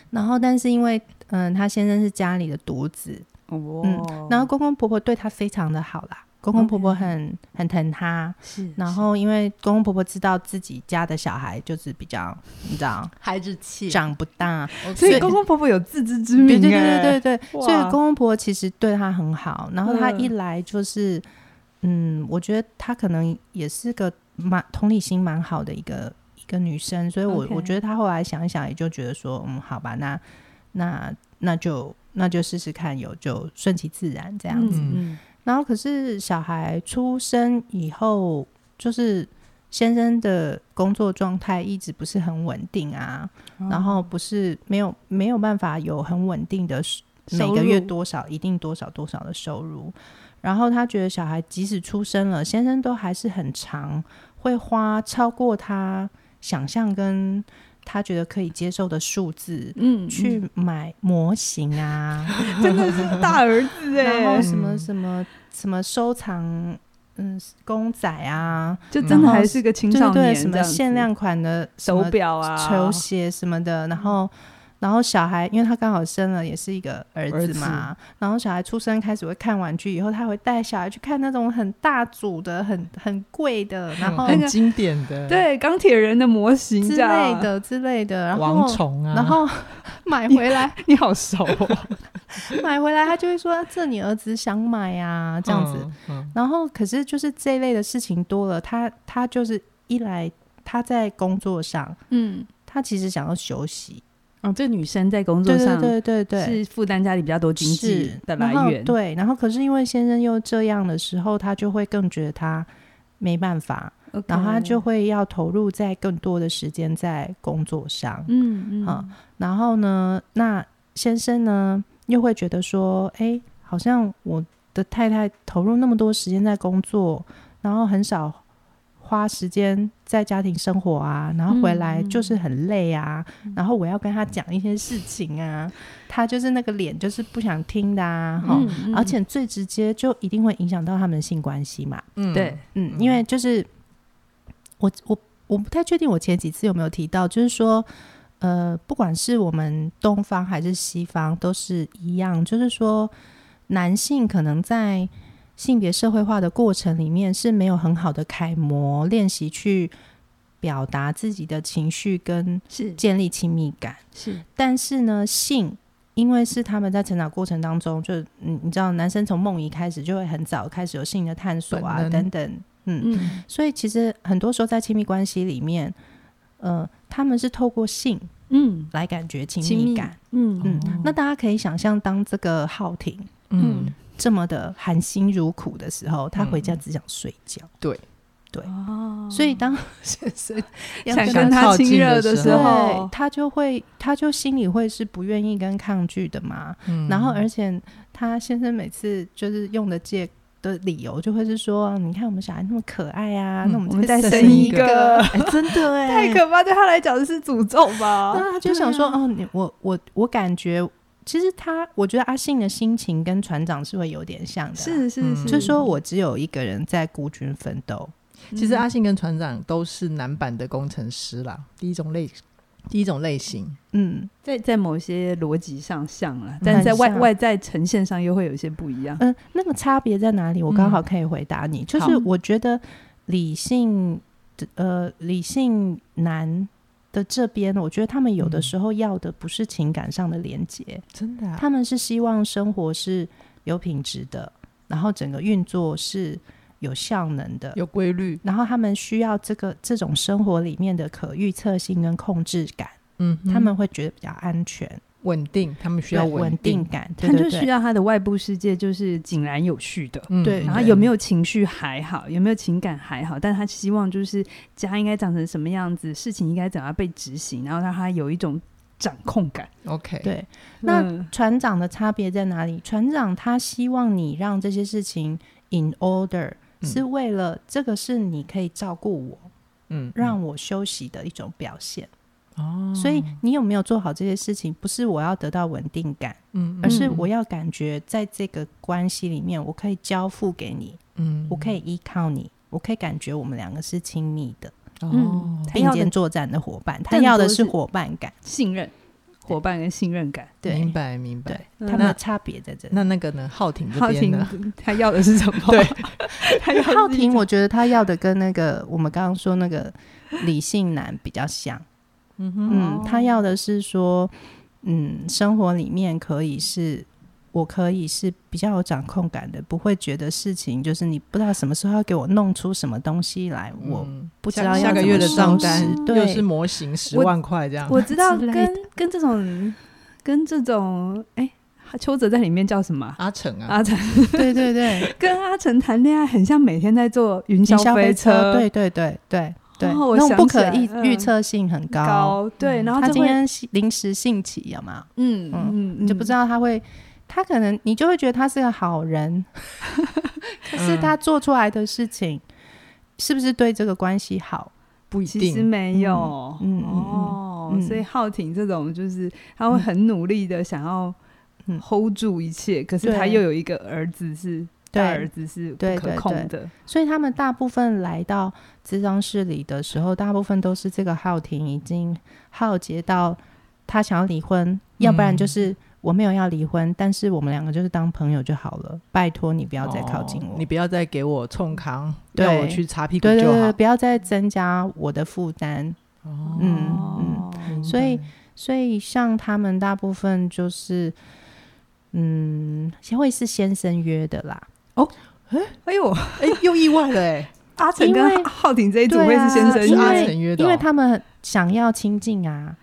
然后但是因为嗯，她先生是家里的独子，
哦，
嗯然后公公婆婆对她非常的好啦，公公婆婆很很疼她。
是
然后因为公公婆婆知道自己家的小孩就是比较，你知道
孩子气
长不大，
哦
所以
所以
公公婆婆有自知之明，
对
哎
对对
对，
对对对，
哇
所以公公婆婆其实对她很好。然后她
嗯
一来就是，嗯，我觉得她可能也是个蛮同理心蛮好的一个一个女生，所以我
OK
我觉得她后来想一想，也就觉得说，嗯，好吧，那那那就那就试试看，有就顺其自然这样子。
嗯
然后可是小孩出生以后，就是先生的工作状态一直不是很稳定啊，
嗯
然后不是没有没有办法有很稳定的收每
嗯收
个月
入
多少一定多少多少的收入。然后他觉得小孩即使出生了，先生都还是很长，会花超过他想象跟他觉得可以接受的数字
嗯，嗯
去买模型
[laughs]
啊。
真的是大儿子
然后
哎，
什么
嗯
什么什么收藏，嗯，公仔啊，
就真的
然后
还是个青
对
少
对对，
年，
什么限量款的什
手
么
表啊，
哦
球鞋什么的，然后。然后小孩，因为他刚好生了，也是一个儿
儿
子
子
嘛。然后小孩出生开始会看玩具，以后他会带小孩去看那种很大组的、很很贵的，然后
那
很
个
经典的
对钢铁人的模型
之
这样
类，的之类的。然
王
后，
虫啊，
然后买回来，
[laughs] 你好熟哦，
买回来，他就会说：“这你儿子想买啊，这样子。
嗯，
然后可是就是这一类的事情多了，他他就是一来他在工作上，
嗯，
他其实想要休息，
哦，这女生在工作
对
上
对对对对。
是负担家里比较多经济
是
的
然后
来源，
对，然后可是因为先生又这样的时候，他就会更觉得他没办法，
OK，
然后他就会要投入在更多的时间在工作上。
嗯嗯
啊然后呢，那先生呢又会觉得说，哎，好像我的太太投入那么多时间在工作，然后很少花时间在家庭生活啊，然后回
嗯
来就是很累啊，然后我要跟他讲一些事情啊，他就是那个脸就是不想听的啊，哈、
嗯嗯
而且最直接就一定会影响到他们的性关系嘛，
嗯
对，
嗯，
嗯
因为就是我我我不太确定我前几次有没有提到，就是说，呃，不管是我们东方还是西方，都是一样，就是说，男性可能在性别社会化的过程里面是没有很好的楷模练习去表达自己的情绪跟
是
建立亲密感。
是
但是呢，性因为是他们在成长过程当中，就嗯你你知道，男生从梦遗开始就会很早开始有性的探索啊
本能
等等，嗯，
嗯
所以其实很多时候在亲密关系里面，呃，他们是透过性
嗯
来感觉亲
亲
密
密
感，
嗯
密
嗯，
哦
那大家可以想象，当这个浩廷
嗯，
这么的含辛茹苦的时候，他回家只想睡觉，
哦
所以当
想
想
跟他
靠
亲
近
热
的
的
时
时
候
候
对，他就会，他就心里会是不愿意跟抗拒的嘛，
嗯
然后，而且他先生每次就是用的借的理由，就会是说：“你看我们小孩那么可爱啊，
嗯
那我们
我们
再
再
生
生
一
一
个
个。哎真
[laughs]
的哎、
太可怕，对他来讲是诅咒吧？啊
那他就想说：“哦，你我我我感觉，其实他我觉得阿信的心情跟船长是会有点像的，，啊
是是
嗯
是，
就是说我只有一个人在孤军奋斗，
嗯
其实阿信跟船长都是男版的工程师啦，第一种类，第一种类型，
嗯
在在某些逻辑上嗯像了，
很
但在外
像
外在呈现上又会有一些不一样。
嗯、呃那个差别在哪里？我刚好可以回答你，就是
好
我觉得理性的呃理性男的这边，我觉得他们有的
嗯
时候要的不是情感上的连接，
真的、啊，
他们是希望生活是有品质的，然后整个运作是有效能的。
有规律，
然后他们需要这个这种生活里面的可预测性跟控制感，
嗯，
他们会觉得比较安全，
稳定，他们需要
对稳定
定，
感，对
他就
对对
需要他的外部世界就是井然有序的，
嗯
对
然后有没有情绪还好，有没有情感还好，但他希望就是家应该长成什么样子，事情应该怎样被执行，然后让他有一种掌控感。
？OK，
对那
嗯
船长的差别在哪里？船长他希望你让这些事情 in order，、
嗯
是为了这个是你可以照顾我，
嗯，嗯
让我休息的一种表现。
哦，
所以你有没有做好这些事情，不是我要得到稳定感，
嗯，
而是
嗯
我要感觉在这个关系里面，我可以交付给你，
嗯，
我可以依靠你。我可以感觉我们两个是亲密的、
哦
嗯，他
并
要的
肩作战的伙伴，他
更
要的
多
是
是
伙伴感。
信任、伙伴跟信任感。
明
对
白明白。
对，
嗯
他们的差别在这里。
那那个呢？浩廷这
浩
边
廷
[laughs]
呢？
他要的是什么？ [laughs]
对，
他 [laughs] 要的是
浩廷，我觉得他要的跟那个我们刚刚说那个理性男比较像。
嗯
嗯
哦，
他要的是说，嗯，生活里面可以是，我可以是比较有掌控感的，不会觉得事情就是你不知道什么时候要给我弄出什么东西来， [laughs] 我
嗯
不知
下
道要
下个
怎
月
么
的
收
账
拾
单又
对
是模型十
我
万块这样。
我知道
之类
跟跟这种跟这种哎，邱泽在里面叫什么啊？
阿成啊，
阿成
对对
[laughs]
对，
跟阿成谈恋爱，很像每天在坐云
营
霄
销
飞
飞
车，
对对对对对，
哦我
那种
想
不
起
可
来
预
嗯
预测性很高。嗯
高对，然后
他
就
今
会
天是临时兴起，有吗？
嗯嗯嗯
就不知道他会，他可能你就会觉得他是个好人，
[laughs]
可
嗯
是他做出来的事情是不是对这个关系好？
不一
其实
定，
没有，
嗯嗯嗯
哦，
嗯
所以浩廷这种就是他会很努力的想要
嗯
hold 住一切，可是
对
他又有一个儿子是
对
大儿子是不
对
可
对
控
对
的，
所以他们大部分来到咨商室里的时候，大部分都是这个浩廷已经浩劫到他想要离婚，要不
嗯
然就是我没有要离婚，但是我们两个就是当朋友就好了，拜托你不
不
要再靠近
哦
我，
哦你不要再给我冲扛，
对
要我去擦屁股
对对
就
对，
好。
不要再增加我的负担，
哦
嗯
哦
明白
所以所以像他们大部分就是，嗯，先会是先生约的啦。
哎呦，
哎，又意外了哎，
阿成
因为
跟 [laughs] 浩廷这一组
对
会
啊
是先
是
生
阿
约
成约的哦，
因为他们想要亲近啊，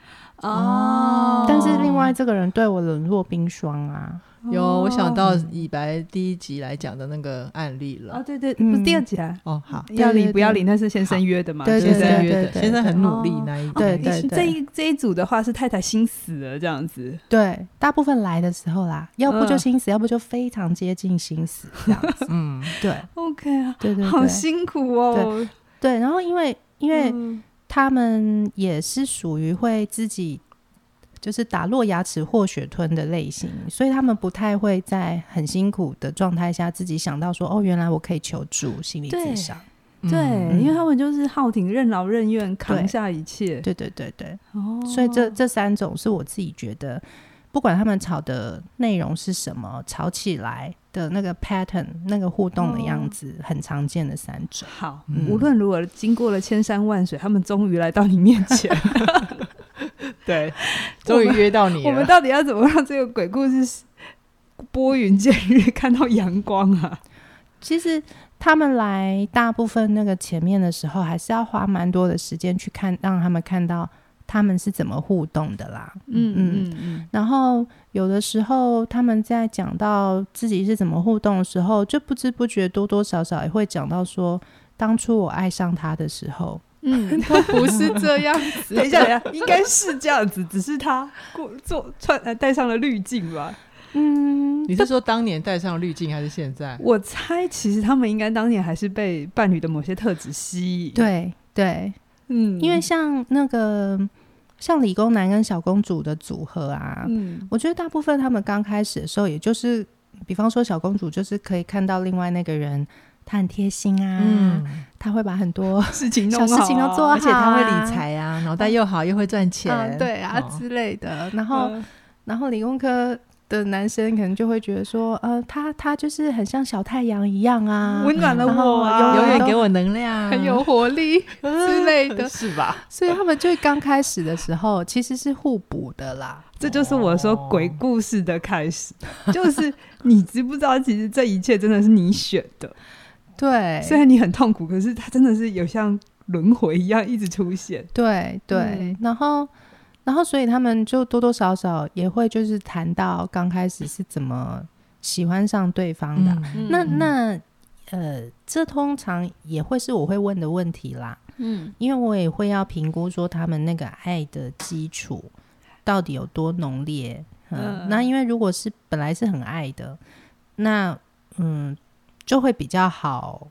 哦
但是另外这个人对我冷若冰霜啊，
有我想到
嗯
以白第一集来讲的那个案例了
哦，。对对，
嗯
不是第二集啊，
哦，好，
对
要理
对
不要
对
理那是先生约的嘛，
对
对
先
不
生
对？
约的，
对对哦
先生很努力
对
那一个。
对对
一这一这一组的话是太太心死了这样子，
对，大部分来的时候啦，要不就
嗯
心死，要不就非常接近心死这样子
嗯，
对
OK 啊，
对对
好
对
辛苦哦，嗯
对，然后因为因
因
为他们也是属于会自己。就是打落牙齿或血吞的类型，所以他们不太会在很辛苦的状态下自己想到说，哦，原来我可以求助心理
对
咨商。
嗯
对，因为他们就是浩挺任劳任怨扛
对
下一切，
对对对对，
哦，
所以这这三种是我自己觉得，不管他们吵的内容是什么，吵起来的那个 pattern，那个互动的样子，很常见的三种。
好，
嗯
无论如何经过了千山万水，他们终于来到你面前，
对， [laughs] 终于约到 [laughs] 你了。
我们到底要怎么让这个鬼故事拨云见日，看到阳光啊？
其实他们来大部分那个前面的时候，还是要花蛮多的时间去看，让他们看到他们是怎么互动的啦。
嗯嗯嗯，
然后有的时候他们在讲到自己是怎么互动的时候，就不知不觉多多少少也会讲到说，当初我爱上他的时候，
嗯，
都不是这样子。
等一 [laughs] 下，等一下，应该是这样子，只是他过做穿呃戴上了滤镜吧。
[laughs]
嗯，
你是说当年戴上滤镜还是现在？
我猜其实他们应该当年还是被伴侣的某些特质吸引。，
对对，
嗯，
因为像那个像理工男跟小公主的组合啊，
嗯
我觉得大部分他们刚开始的时候，也就是比方说小公主，就是可以看到另外那个人。他很贴心啊，
嗯，
他会把很 [laughs] 多
事情弄
小
好、啊
事情都做好、
而且他会理财啊，脑袋又好，又会赚钱。
嗯，对啊、
哦
之类的。然后，
好。嗯
然后理工科的男生可能就会觉得说，呃，他他就是很像小太阳一样啊，
温暖了我嗯啊，
然后
永
有
远给我能量，
很 [laughs] 有活力之类的。
是吧？
所以他们就刚开始的时候其实是互补的啦。
[laughs] 这就是我说鬼故事的开始，就是你知不知道，其实这一切真的是你选的。
对，
虽然你很痛苦，可是它真的是有像轮回一样一直出现。
对对、
嗯
然后然后所以他们就多多少少也会就是谈到刚开始是怎么喜欢上对方的啊。
嗯
那那呃，这通常也会是我会问的问题啦，
嗯，
因为我也会要评估说他们那个爱的基础到底有多浓烈。嗯，
嗯
那因为如果是本来是很爱的，那嗯就会比较好，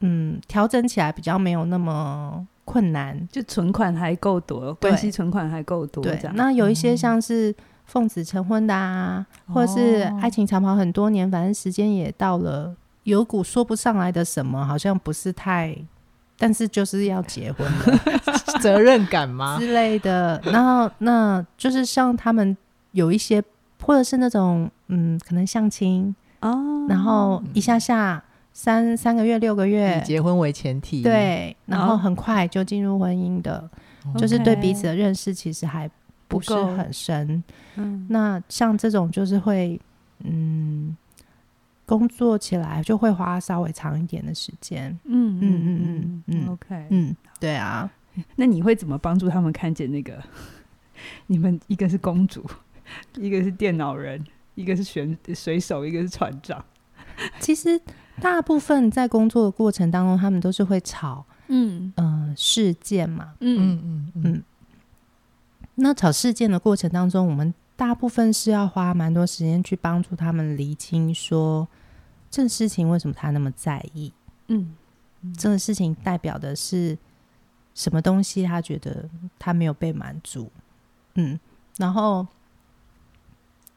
嗯，调整起来比较没有那么困难。
就存款还够多，
对
关系存款还够多，
对
这，样。
那有一些像是奉子成婚的啊，或者是爱情长跑很多年，反正时间也到了，有股说不上来的什么，好像不是太，但是就是要结婚了
责任感吗？
之类的。然后那就是像他们有一些，或者是那种嗯，可能相亲，
哦，
然后一下下三三个月六个
以
月。
结婚为前提，，
对，然后
哦
很快就进入婚姻的，
哦
就是对彼此的认识其实还不
不
是
够
很深。
嗯，
那像这种就是会，嗯，工作起来就会花稍微长一点的时间。
嗯
嗯嗯嗯嗯
，OK，
嗯，对啊，
那你会怎么帮助他们看见那个？ [laughs] 你们一个是公主，一个是电脑人，一个是选水手，一个是船长。
其实大部分在工作的过程当中，他们都是会吵，
嗯
呃，事件嘛。
嗯
嗯嗯嗯，
那吵事件的过程当中，我们大部分是要花蛮多时间去帮助他们厘清说，这个事情为什么他那么在意，
嗯
这个事情代表的是什么东西？他觉得他没有被满足，嗯，然后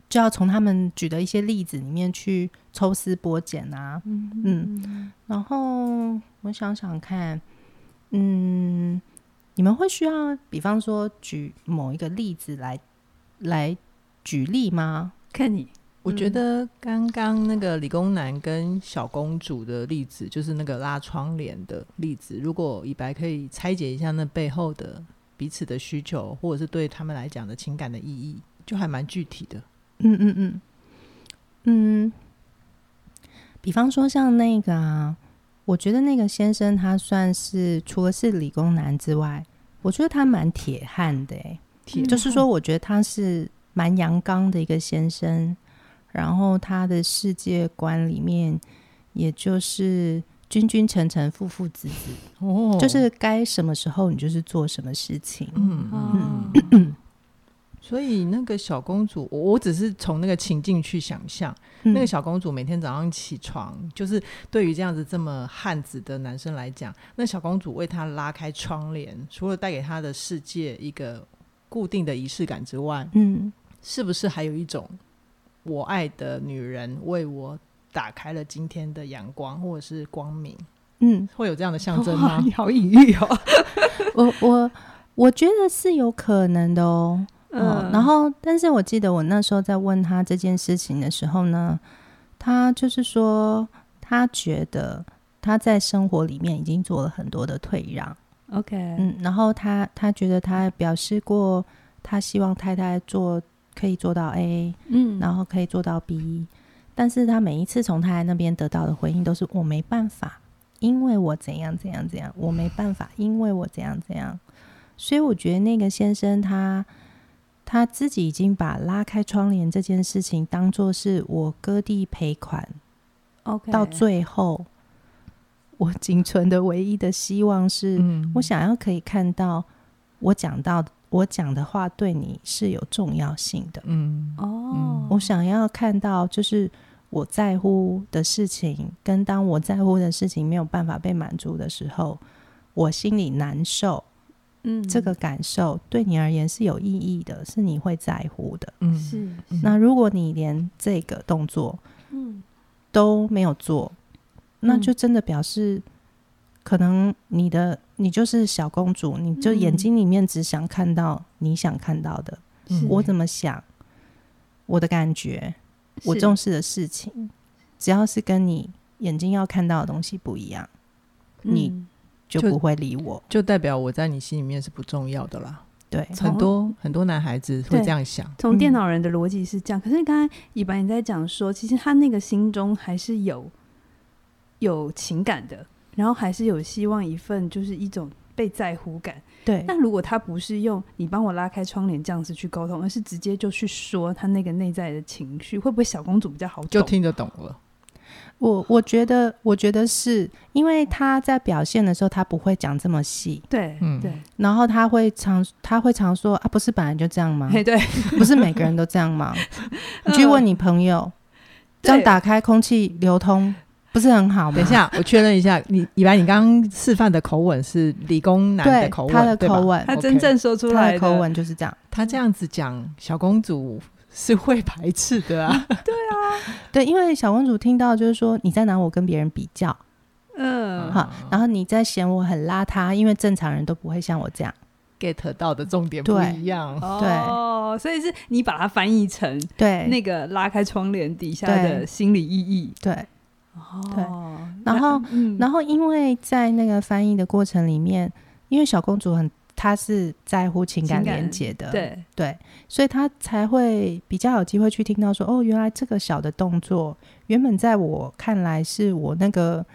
就要从他们举的一些例子里面去抽丝剥茧啊。
嗯
然后我想想看，嗯，你们会需要，比方说举某一个例子来来举例吗？
看你
我觉得刚刚那个理工男跟小公主的例子，就是那个拉窗帘的例子。如果以白可以拆解一下那背后的彼此的需求，或者是对他们来讲的情感的意义，就还蛮具体的。
嗯嗯嗯嗯，比方说像那个啊，我觉得那个先生他算是除了是理工男之外，我觉得他蛮铁汉的、欸，
嗯
铁
就是说，我觉得他是蛮阳刚的一个先生，然后他的世界观里面，也就是君君臣臣、父父子子，
哦
就是该什么时候你就是做什么事情，
嗯
嗯
哦
嗯，所以那个小公主，我我只是从那个情境去想象，那个
嗯
小公主每天早上起床，就是对于这样子这么汉子的男生来讲，那小公主为他拉开窗帘，除了带给他的世界一个固定的仪式感之外，
嗯
是不是还有一种我爱的女人为我打开了今天的阳光或者是光明？
嗯，
会有这样的象征
[laughs] 哇
吗
你？好隐喻哦。
我我我觉得是有可能的哦。嗯，然后，但是我记得我那时候在问他这件事情的时候呢，他就是说，他觉得他在生活里面已经做了很多的退让，
OK，
嗯，然后他他觉得他表示过，他希望太太做可以做到 A，
嗯
然后可以做到 B，但是他每一次从太太那边得到的回应都是我没办法，因为我怎样怎样怎样，我没办法，因为我怎样怎样。所以我觉得那个先生他他自己已经把拉开窗帘这件事情当做是我割地赔款，
OK
到最后我仅存的唯一的希望是，
嗯
我想要可以看到我讲到我讲的话对你是有重要性的。
嗯
哦，
我想要看到，就是我在乎的事情，跟当我在乎的事情没有办法被满足的时候，我心里难受，
嗯
这个感受对你而言是有意义的，是你会在乎的。
嗯
是
那如果你连这个动作
嗯
都没有做，那
嗯
就真的表示，可能你的你就是小公主，你就眼
嗯
睛里面只想看到你想看到的，
嗯
我怎么想，我的感觉，我
是嗯
重视的事情，只要是跟你眼睛要看到的东西不一样，你
嗯
就
就
不会理我。
就代表我在你心里面是不重要的啦。
对，
很多很多男孩子会
对
这样想，
嗯
从电脑人的逻辑是这样，可是刚才以白你在讲说，其实他那个心中还是有有情感的，然后还是有希望一份就是一种被在乎感。
对，
那如果他不是用你帮我拉开窗帘这样子去沟通，而是直接就去说他那个内在的情绪，会不会小公主比较好懂？
就听得懂了。
我我觉得，我觉得是因为他在表现的时候，他不会讲这么细，
对，
嗯
对，
然后他会常他会常说啊，不是本来就这
[laughs]
样吗？
嘿哎对，
不是每个人都这样吗？
[laughs]
你去问你朋友，这样
嗯对
打开空气流通，不是很好吗？
等一下，我确认一下，你以白，你刚刚示范的口吻是理工男
对
的口吻，
他的
对吧
口，吻，
他真正说出
他
来
的口吻就是这样。
他这样子讲，小公主是会排斥的
嗯
啊。
对，因为小公主听到就是说你在拿我跟别人比较，
嗯，
哈、然后你在嫌我很邋遢，因为正常人都不会像我这样。
[laughs] get 到的重点不
对
一样，
哦，所以是你把它翻译成
对，
那个拉开窗帘底下的
对
心理意义。
对，
哦，
然后
嗯
然后因为在那个翻译的过程里面，因为小公主很她是在乎情感
情感
连接的，
对，
对，所以她才会比较有机会去听到说，哦，原来这个小的动作，原本在我看来是我那个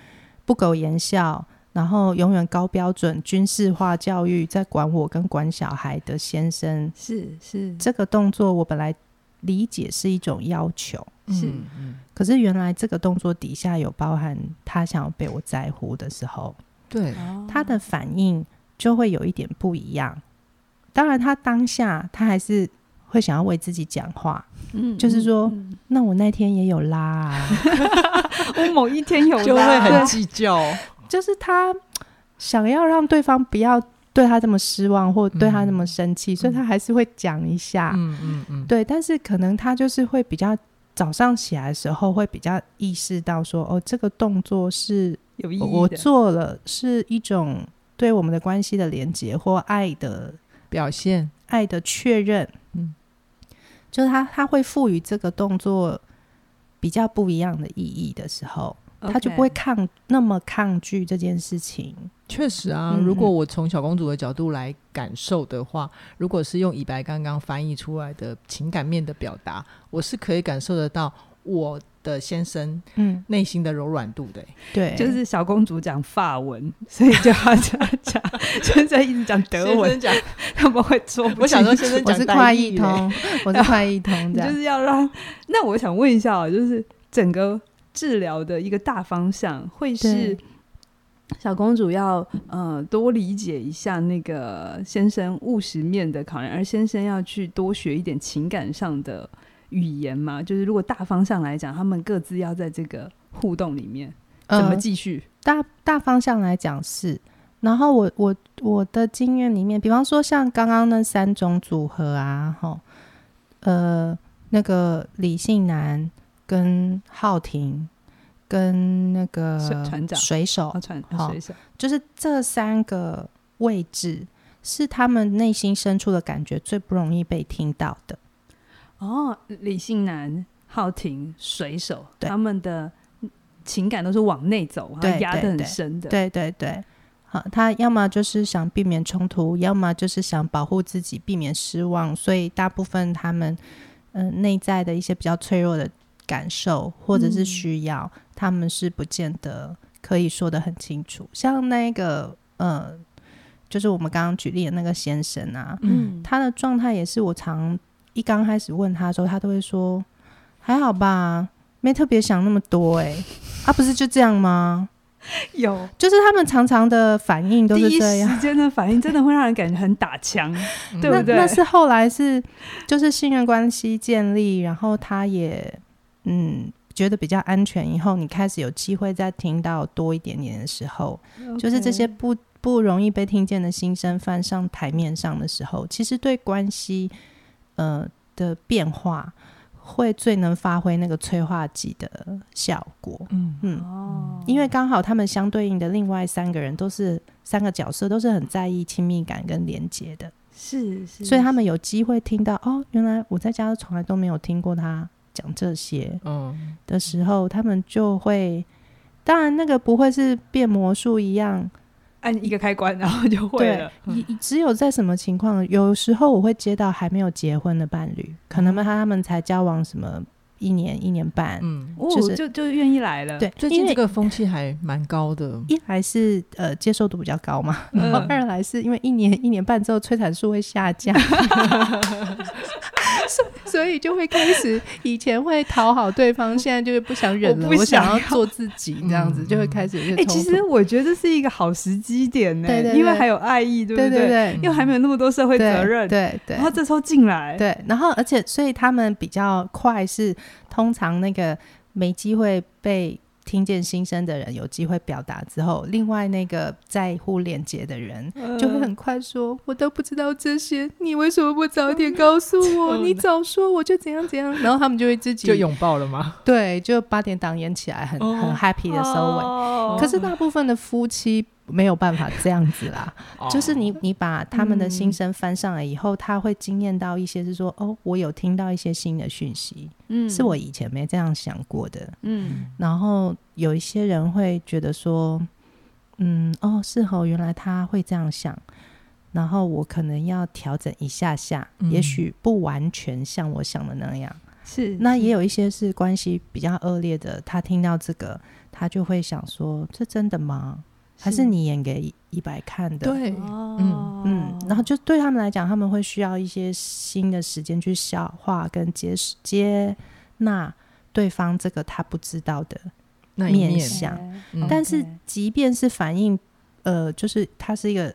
不苟言笑。然后永远高标准、军事化教育，在管我跟管小孩的先生，
是是
这个动作我本来理解是一种要求，
是
嗯嗯，
可是原来这个动作底下有包含他想要被我在乎的时候，
对，
他的反应就会有一点不一样。当然，他当下他还是会想要为自己讲话。
嗯
就是说
[laughs]
嗯
那我那天也有拉、啊，
我某一天有
就会
拉
很计较，
就是他想要让对方不要对他这么失望，或对他那么生气，所以他还是会讲一下。
嗯嗯嗯，
对，但是可能他就是会比较早上起来的时候会比较意识到说，哦，这个动作是
有意义
我我
的
做了，是一种对我们的关系的连接或爱的
表现，
爱的确认。
嗯，
就是他他会赋予这个动作比较不一样的意义的时候，他就不会
OK
抗那么抗拒这件事情。
确实啊，
嗯
如果我从小公主的角度来感受的话，如果是用以白刚刚翻译出来的情感面的表达，我是可以感受得到我的先生
嗯，
内心的柔软度的、
对，
就是小公主讲法文，所以就要这样讲， [laughs] 就是在一直讲德
先
文，
生讲，
他们会做不清。
我想说先生
我
讲
是
大
快
意
一
嘞，
通，我是快一通
[laughs] 你
这
就
样。
是要让。那我想问一下哦，就是整个治疗的一个大方向会是
对。
小公主要呃多理解一下那个先生务实面的考量，而先生要去多学一点情感上的语言嘛。就是如果大方向来讲，他们各自要在这个互动里面怎么
呃
继续？
大大方向来讲是。然后我我我的经验里面，比方说像刚刚那三种组合啊，吼，呃，那个理性男跟浩婷跟那个
水船长哦
水手
好，传
好
水手，
就是这三个位置是他们内心深处的感觉最不容易被听到的。
哦，李信男、浩廷、水手，
对
他们的情感都是往内走，然后
对
压得
对
很
对
深的。
对对对，好，他要么就是想避免冲突，要么就是想保护自己，避免失望，所以大部分他们嗯、呃内在的一些比较脆弱的感受或者是
嗯
需要，他们是不见得可以说得很清楚。像那个呃，就是我们刚刚举例的那个先生啊，
嗯
他的状态也是我常一刚开始问他的时候，他都会说还好吧，没特别想那么多哎、欸，啊不是就这样吗？
有
就是他们常常的反应都
第
是
一
这样，
时间的反应，真的会让人感觉很打枪。对
那
不对
那是后来是就是信任关系建立，然后他也嗯觉得比较安全，以后你开始有机会再听到多一点点的时候， [laughs] 就是这些
OK
不不容易被听见的心声翻上台面上的时候，其实对关系呃的变化会最能发挥那个催化剂的效果。
嗯
嗯，
哦，
因为刚好他们相对应的另外三个人都是三个角色，都是很在意亲密感跟连接的，
是是，
所以他们有机会听到哦，原来我在家从来都没有听过他讲这些
嗯
的时候，他们就会，当然那个不会是变魔术一样，
按一个开关，然后就会
对
了。
嗯
一只有在什么情况，有时候我会接到还没有结婚的伴侣，可能他们才交往什么一年一年半，
嗯，
哦，
就是
就就愿意来了。
对，
最
因
近
为
这个风气还蛮高的，
一来是呃接受度比较高嘛，
嗯
然后二来是因为一年 [laughs] 一年半之后催产素会下降，
[laughs]
所所以就会开始以前会讨好对方，现在就是不想忍了，
我
我
不想要
要做自己这样子，
嗯
就会开始有些
哎，
冲
其
突
实我觉得是一个好时机点呢
对对，对
因为还有爱意，对
对
不
对？对
又还没有那么多社会
对
责任，
对对
然后这时候进来，
对，然后而且所以他们比较快是通常那个没机会被。听见心声的人有机会表达之后，另外那个在乎连接的人，
嗯
呃
就会很快说：“我都不知道这些，你为什么不早点告诉我？
[laughs] 嗯
你早说我就怎样怎样。”然后他们就会自
[laughs]
己
就拥抱了吗？
对，就八点档演起来很、
哦
很 happy 的收尾。
哦
可是大部分的夫妻没有办法这样子
[laughs]
啦，
哦
哦
就是你你把他们的心
嗯
声翻上来以后，他会惊艳到一些是说：“哦，我有听到一些新的讯息，
嗯
是我以前没这样想过的。”
嗯
然后有一些人会觉得说，嗯，哦，是哦，原来他会这样想，然后我可能要调整一下下，
嗯
也许不完全像我想的那样。
是
那也
有
有一些是关系比较恶劣的，他听到这个，他就会想说，这真的吗？还是你演给一百看的？。
对，
哦
嗯，然后就对他们来讲，他们会需要一些新的时间去消化跟接接纳对方这个他不知道的
那一
面
面，
相想
哎
嗯
但是
OK
即便是反应，呃，就是它是一个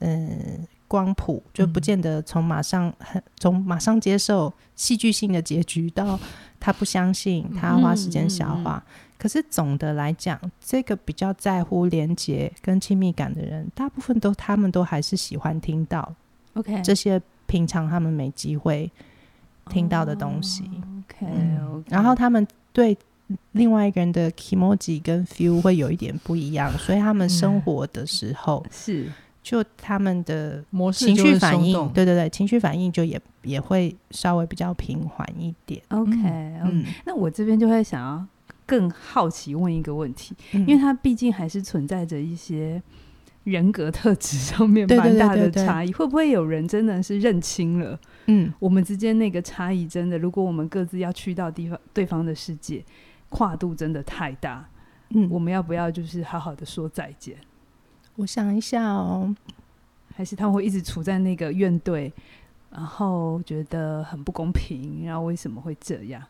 嗯、呃、光谱，就不
嗯
见得从马上很从马上接受戏剧性的结局到他不相信，他要花时间消化。可是总的来讲，这个比较在乎连接跟亲密感的人，大部分都他们都还是喜欢听到
OK
这些平常他们没机会听到的东西。
OK，
嗯
然后他们对另外一个人的 emoji 跟 feel 会有一点不一 [laughs] 样，所以他们生活的时候，
是
就他们的
模式
情
就
绪
是
反
松
应，
动
对对对，情绪反应就也也会稍微比较平缓一点。
OK，
嗯，
那我这边就会想要更好奇问一个问题，
因
因为它毕竟还是存在着一些人格特质上面
对对
蛮
对
大的
对对
差异，会不会有人真的是认清了
嗯
我们之间那个差异？真的，如果我们各自要去到地方对方的世界，跨度真的太大，
嗯，
我
我
们要不要就是好好的说再见？
我想一下哦，
还是他们会一直处在那个怨怼，然后觉得很不公平，然后为什么会这样？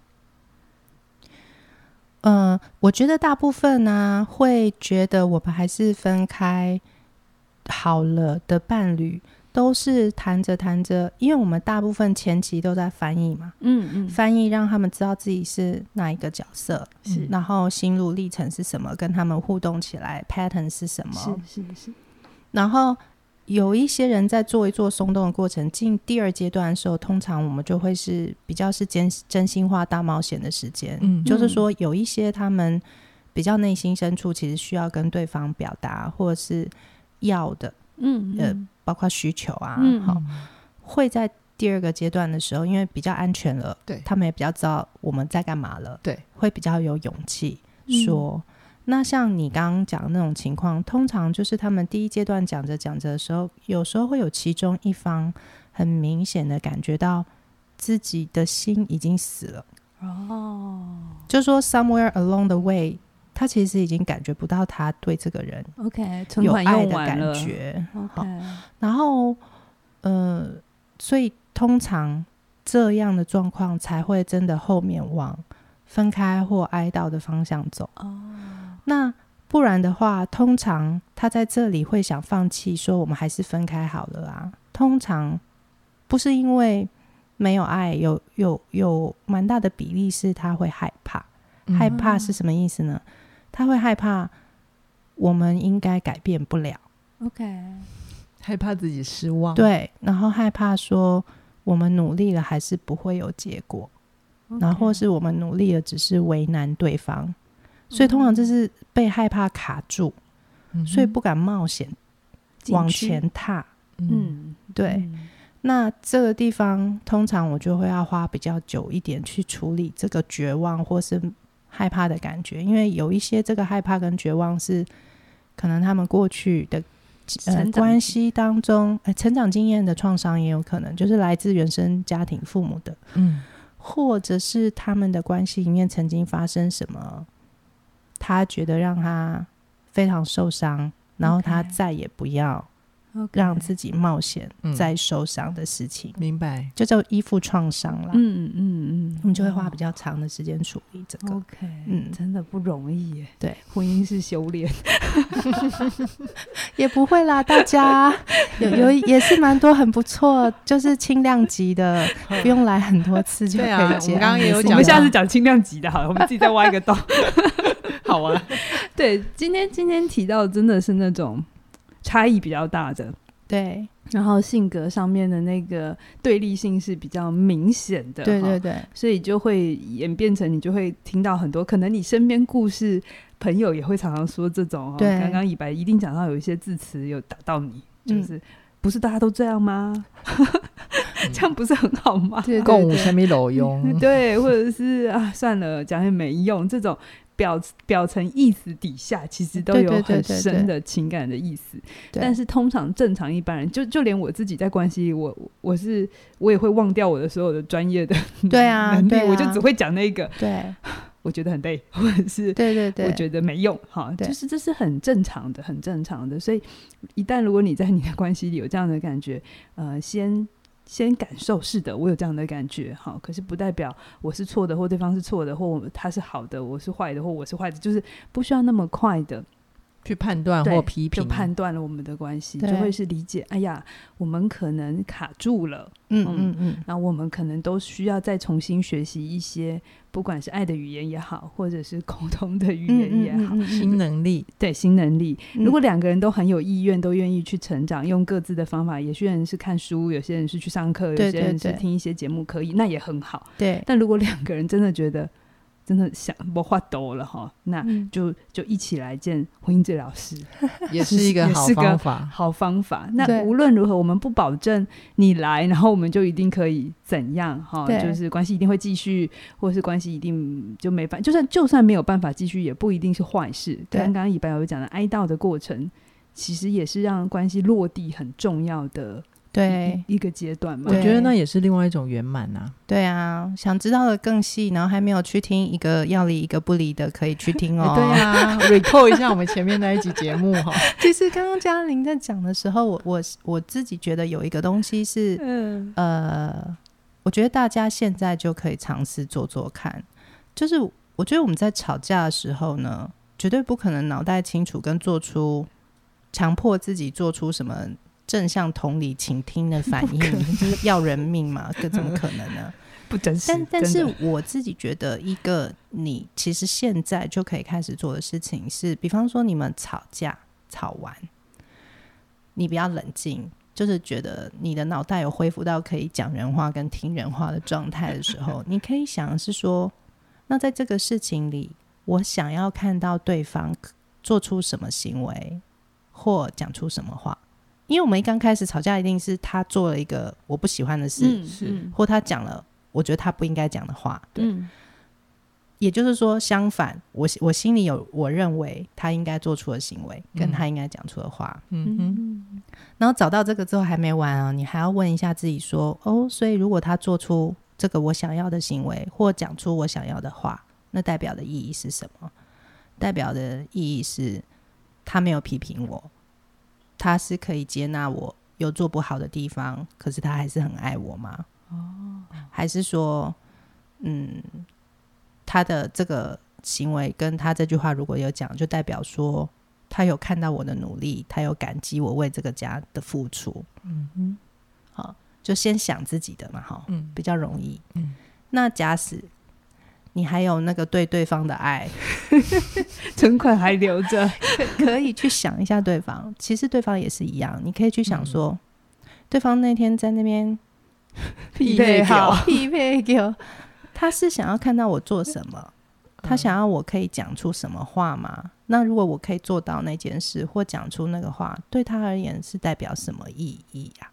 呃，我觉得大部分呢、会觉得我们还是分开好了的伴侣，都是谈着谈着，因为我们大部分前期都在翻译嘛，
嗯嗯，
翻译让他们知道自己是哪一个角色，
是
然后心路历程是什么，跟他们互动起来 pattern 是什么。
是是
呃
是，
然后有一些人在做一做松动的过程，进第二阶段的时候，通常我们就会是比较是真真心话大冒险的时间，
嗯
就是说有一些他们比较内心深处其实需要跟对方表达，或者是要的，
嗯
呃包括需求啊，
嗯
好，会在第二个阶段的时候，因为比较安全了，
对
他们也比较知道我们在干嘛了，
对，
会比较有勇气
嗯
说。那像你刚刚讲的那种情况，通常就是他们第一阶段讲着讲着的时候，有时候会有其中一方很明显的感觉到自己的心已经死了，
哦
就说 somewhere along the way，他其实已经感觉不到他对这个人
，OK，存
有
款
爱
用
的
完
感
了
觉。
，OK，
好然后，呃，所以通常这样的状况才会真的后面往分开或哀悼的方向走。
哦，
那不然的话，通常他在这里会想放弃，说我们还是分开好了啊。通常不是因为没有爱，有有有蛮大的比例是他会害怕。
嗯
害怕是什么意思呢？他会害怕我们应该改变不了。
OK，
害怕自己失望，，
对，然后害怕说我们努力了还是不会有结果，然后或是我们努力了只是为难对方，所以通常这是被害怕卡住，所以不敢冒险往，前踏。
嗯，
嗯，
对，那这个地方通常我就会要花比较久一点去处理这个绝望或是害怕的感觉，因为有一些这个害怕跟绝望是可能他们过去的呃
成长
关系当中、呃成长经验的创伤也有可能，就是来自原生家庭父母的，
嗯
或者是他们的关系里面曾经发生什么，他觉得让他非常受伤，然后他
OK
再也不要
OK
让自己冒险
嗯
再受伤的事情。
明白，
就叫依附创伤啦。
嗯嗯嗯哦
我们就会花比较长的时间处理这个，
，OK，
嗯
真的不容易耶，
对，
婚姻是修炼，
[laughs] 也不会啦。大家有有也是蛮多很不错，就是轻量级的，不用来很多次就可
对啊
以
我
接。
们刚刚也有
没事
讲
我
到
们下次讲轻量级的，好了，我们自己再挖一
[laughs]
个洞。
好啊，
对，今天今天提到的真的是那种差异比较大的，
对
然后性格上面的那个对立性是比较明显的，
对
哈
对对
所以就会演变成你就会听到很多，可能你身边故事朋友也会常常说这种、哦。
对
刚刚以白一定讲到有一些字词有打到你，就
嗯
是、不是大家都这样吗？ [laughs] 这样不是很好吗？
[laughs] 对，
共
对
舞虾米裸
[laughs]
用，
对，或者是啊，算了，讲也没用。这种表表层意思底下，其实都
对
有
对对
很
对
深的情感的意思。
对
但是通常正常一般人，就就连我自己在关系里，我我我是我也会忘掉我的所有的专业的
对啊
[laughs] 能力，
对啊
我就只会讲那个，
对
我觉得很累，或者是
对对对，
我觉得没用，哈，
对
就是这是很正常的，很正常的。所以一旦如果你在你的关系里有这样的感觉，呃，先先感受是的，我有这样的感觉，哈，可是不代表我是错的，或对方是错的，或我他是好的，我是坏的，或我是坏的，就是不需要那么快的
去判断
对
或批
就
评，
判断了我们的关系，
对
就会是理解，哎呀，我们可能卡住了。
嗯嗯嗯，
那我们可能都需要再重新学习一些，不管是爱的语言也好，或者是沟通的语言也好，
新能
[laughs]
力，
对新能力。
嗯
如果两个人都很有意愿，都愿意去成长，用各自的方法，有些人是看书，有些人是去上课，有
对
些人是
对对
听一些节目，可以，那也很好。
对，
但如果两个人真的觉得真的想不画抖了哈，那
嗯
就就一起来见婚姻治疗师，
也是一个
也
好
是个
方法，
好方法。那
对
无论如何，我们不保证你来，然后我们就一定可以怎样哈，
对
就是关系一定会继续，或是关系一定就没办，就算就算没有办法继续，也不一定是坏事。
对
刚刚以白有讲的哀悼的过程，其实也是让关系落地很重要的
对
一一个阶段嘛
我。
对
觉得那也是另外一种圆满呐，
对啊，想知道的更细，然后还没有去听一个要离一个不离的，可以去听
哎
哦。
对啊 [laughs] ，recall 一下我们前面那一集节目哈，
[laughs] 其实刚刚嘉玲在讲的时候，我我我自己觉得有一个东西是
[laughs] 嗯，
呃，我觉得大家现在就可以尝试做做看。就是我觉得我们在吵架的时候呢，绝对不可能脑袋清楚跟做出强迫自己做出什么正向同理倾听的反应，就是要人命嘛？这怎么可能呢？
不真实。
但但
真
是
的
我自己觉得，一个你其实现在就可以开始做的事情是，比方说你们吵架吵完，你比较冷静，就是觉得你的脑袋有恢复到可以讲人话跟听人话的状态的时候，你可以想的是说，那在这个事情里，我想要看到对方做出什么行为或讲出什么话。因为我们一刚开始吵架，一定是他做了一个我不喜欢的事，
嗯
是
嗯
或他讲了我觉得他不应该讲的话。
嗯
也就是说，相反，我我心里有我认为他应该做出的行为，跟
嗯
他应该讲出的话。
嗯哼，
嗯
然后找到这个之后还没完哦，你还要问一下自己说，哦，所以如果他做出这个我想要的行为，或讲出我想要的话，那代表的意义是什么？代表的意义是他没有批评我，他是可以接纳我有做不好的地方，可是他还是很爱我吗？哦，还是说，嗯，他的这个行为跟他这句话如果有讲，就代表说他有看到我的努力，他有感激我为这个家的付出。
嗯哼，
好，就先想自己的嘛，哈，
嗯
比较容易。
嗯
那假使你还有那个对对方的爱， [laughs]
存款还留着，
可以去想一下对方。其实对方也是一样，你可以去
嗯
想说，对方那天在那边
匹配好，
匹配给他是想要看到我做什么。
嗯
他想要我可以讲出什么话吗？那如果我可以做到那件事或讲出那个话，对他而言是代表什么意义啊？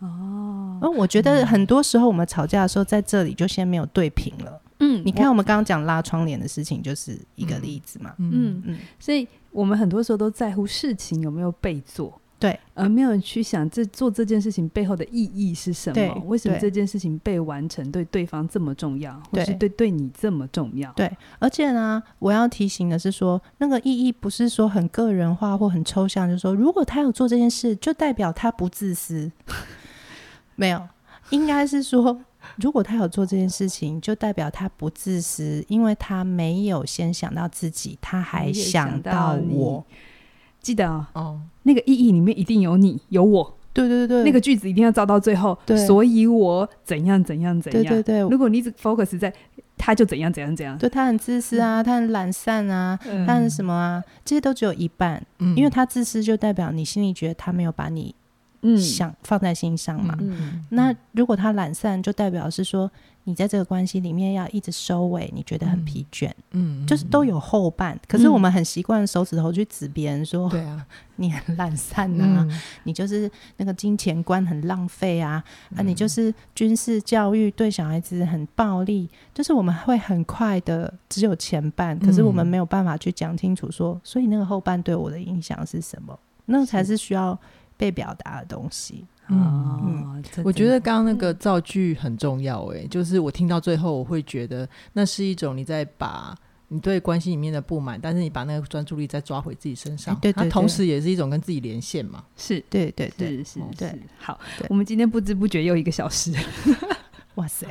哦，
嗯
而我觉得很多时候我们吵架的时候，在这里就先没有对平了。
嗯
你看，我们刚刚讲拉窗帘的事情，就是一个例子嘛。
嗯
嗯，
嗯，
所以我们很多时候都在乎事情有没有被做，
对，
而没有去想这做这件事情背后的意义是什
对
么，为什么
对
这件事情被完成对对方这么重要，或
对
是对对你这么重要？
对而且呢，我要提醒的是说，那个意义不是说很个人化或很抽象，就是说，如果他有做这件事，就代表他不自私。 [laughs] 没有，应该是说，如果他有做这件事情，就代表他不自私，因为他没有先想到自己，他还
也
想
到
到
你
我。，
记得啊、
哦，
那个意义里面一定有你有我，
对对对，
那个句子一定要照到最后
对。
所以我怎样怎样怎
对
样。
对对，
如果你一直 focus 在他就怎样怎样怎样，
对他很自私啊，他很懒散啊，
嗯
他很什么啊，这些都只有一半，
嗯
因为他自私，就代表你心里觉得他没有把你
嗯
想放在心上嘛。
嗯
那如果他懒散，就代表是说你在这个关系里面要一直收尾，你觉得很疲倦，
嗯
就是都有后半。可是我们很习惯手指头去指别人说、
对啊，
你很懒散啊，
嗯
你就是那个金钱观很浪费啊，啊，
嗯
你就是军事教育对小孩子很暴力，就是我们会很快的只有前半，可是我们
嗯
没有办法去讲清楚说，所以那个后半对我的影响是什么，那才是需要被表达的东西。嗯
哦，这
嗯我觉得
真的
刚刚那个造句很重要、欸，就是我听到最后，我会觉得那是一种你在把你对关系里面的不满，但是你把那个专注力再抓回自己身上，
哎对对
它同
对
时也是一种跟自己连线
[laughs]
嘛。
是
对对对，
是是
哦
对
是，好
对，
我们今天不知不觉又一个小时。[laughs]
哇塞，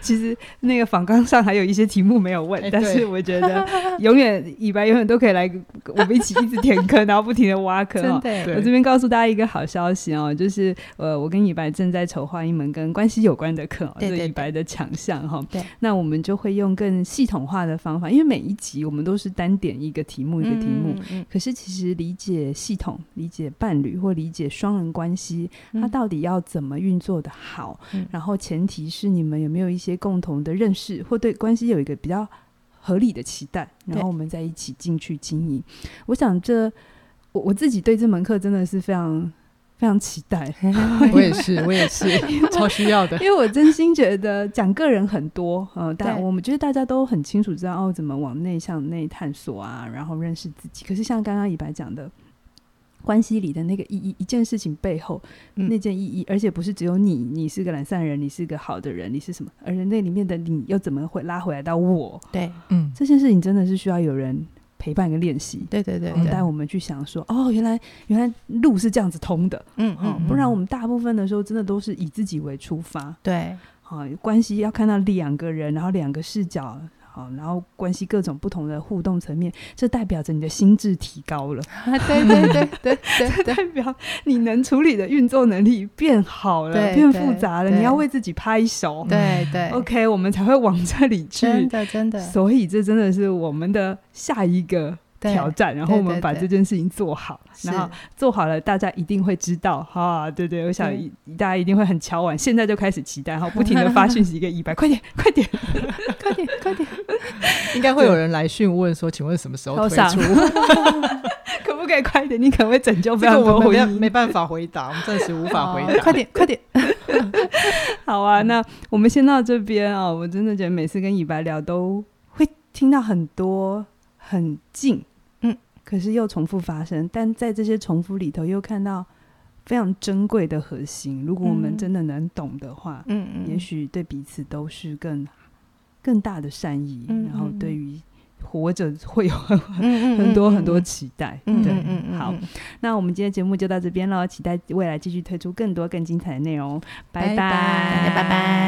其实那个访纲上还有一些题目没有问，
哎
但是
对
我觉
[laughs]
得永远以白永远都可以来跟我们一起一直填坑，然后不停的挖坑、哦。
的
我这边告诉大家一个好消息哦，就是呃，我跟以白正在筹划一门跟关系有关的课、哦，
对
这
对
是以
对
白的强项哈、
对，
那我们就会用更系统化的方法，因为每一集我们都是单点一个题目一个题目，
嗯，嗯
可是其实理解系统、理解伴侣或理解双人关系，它到底要怎么运作的好？
嗯
然后前提是你们有没有一些共同的认识，或对关系有一个比较合理的期待，
对
然后我们再一起进去经营。我想这我我自己对这门课真的是非常非常期待，
我也是，我也是，
[laughs]
超需要的。
因为我真心觉得讲个人很多，呃，但
对
我们觉得大家都很清楚知道哦，怎么往内向内探索啊，然后认识自己。可是像刚刚以白讲的，关系里的那个意义，一件事情背后、
嗯
那件意义，而且不是只有你，你是个懒散人，你是个好的人，你是什么，而那里面的你又怎么会拉回来到我？
对
嗯，
这件事情真的是需要有人陪伴跟练习。
对对对
然后
对，嗯
带我们去想说，哦，原来原来路是这样子通的，
嗯
哦，不然我们大部分的时候真的都是以自己为出发， [laughs]
对
啊，关系要看到两个人，然后两个视角，好，然后关系各种不同的互动层面，这代表着你的心智提高了， [laughs]
[laughs] 对对对对对对
代表你能处理的运作能力变好了，
对
变复杂了，
对
你要为自己拍手。 [laughs]
对对
OK，我们才会往这里
真
去。
的真的，
所以这真的是我们的下一个
对
挑战，然后我
对
们
对
把
对
这件事情做好，然后做好了，大家一定会知道哈、对对，我想
对
一大家一定会很敲碗，现在就开始期待，哈，不停的发讯息给一百，快点快点快点快点，
应该会有人来讯问说，请问什么时候
好
推
傻
出？
[laughs] 可不可以快一点？你可能会拯
[laughs]
救非
这个
常哦
我
多
们
婚
没
姻。
没办法回答，我们暂时无法
[laughs]
哦
回答。
快点，快点！好
嗯
啊，那我们先到这边啊、我真的觉得每次跟以白聊，都会听到很多很近，
嗯，
可是又重复发生，但在这些重复里头，又看到非常珍贵的核心。如果我们
嗯
真的能懂的话，
嗯嗯，
也许对彼此都是更更大的善意，
嗯
然后
嗯嗯
对于活着会有很
嗯嗯
很多
嗯
很多
嗯
期待。
嗯
对，
嗯嗯嗯，
好
嗯，
那我们今天节目就到这边喽，期待未来继续推出更多更精彩的内容，拜
拜拜拜拜。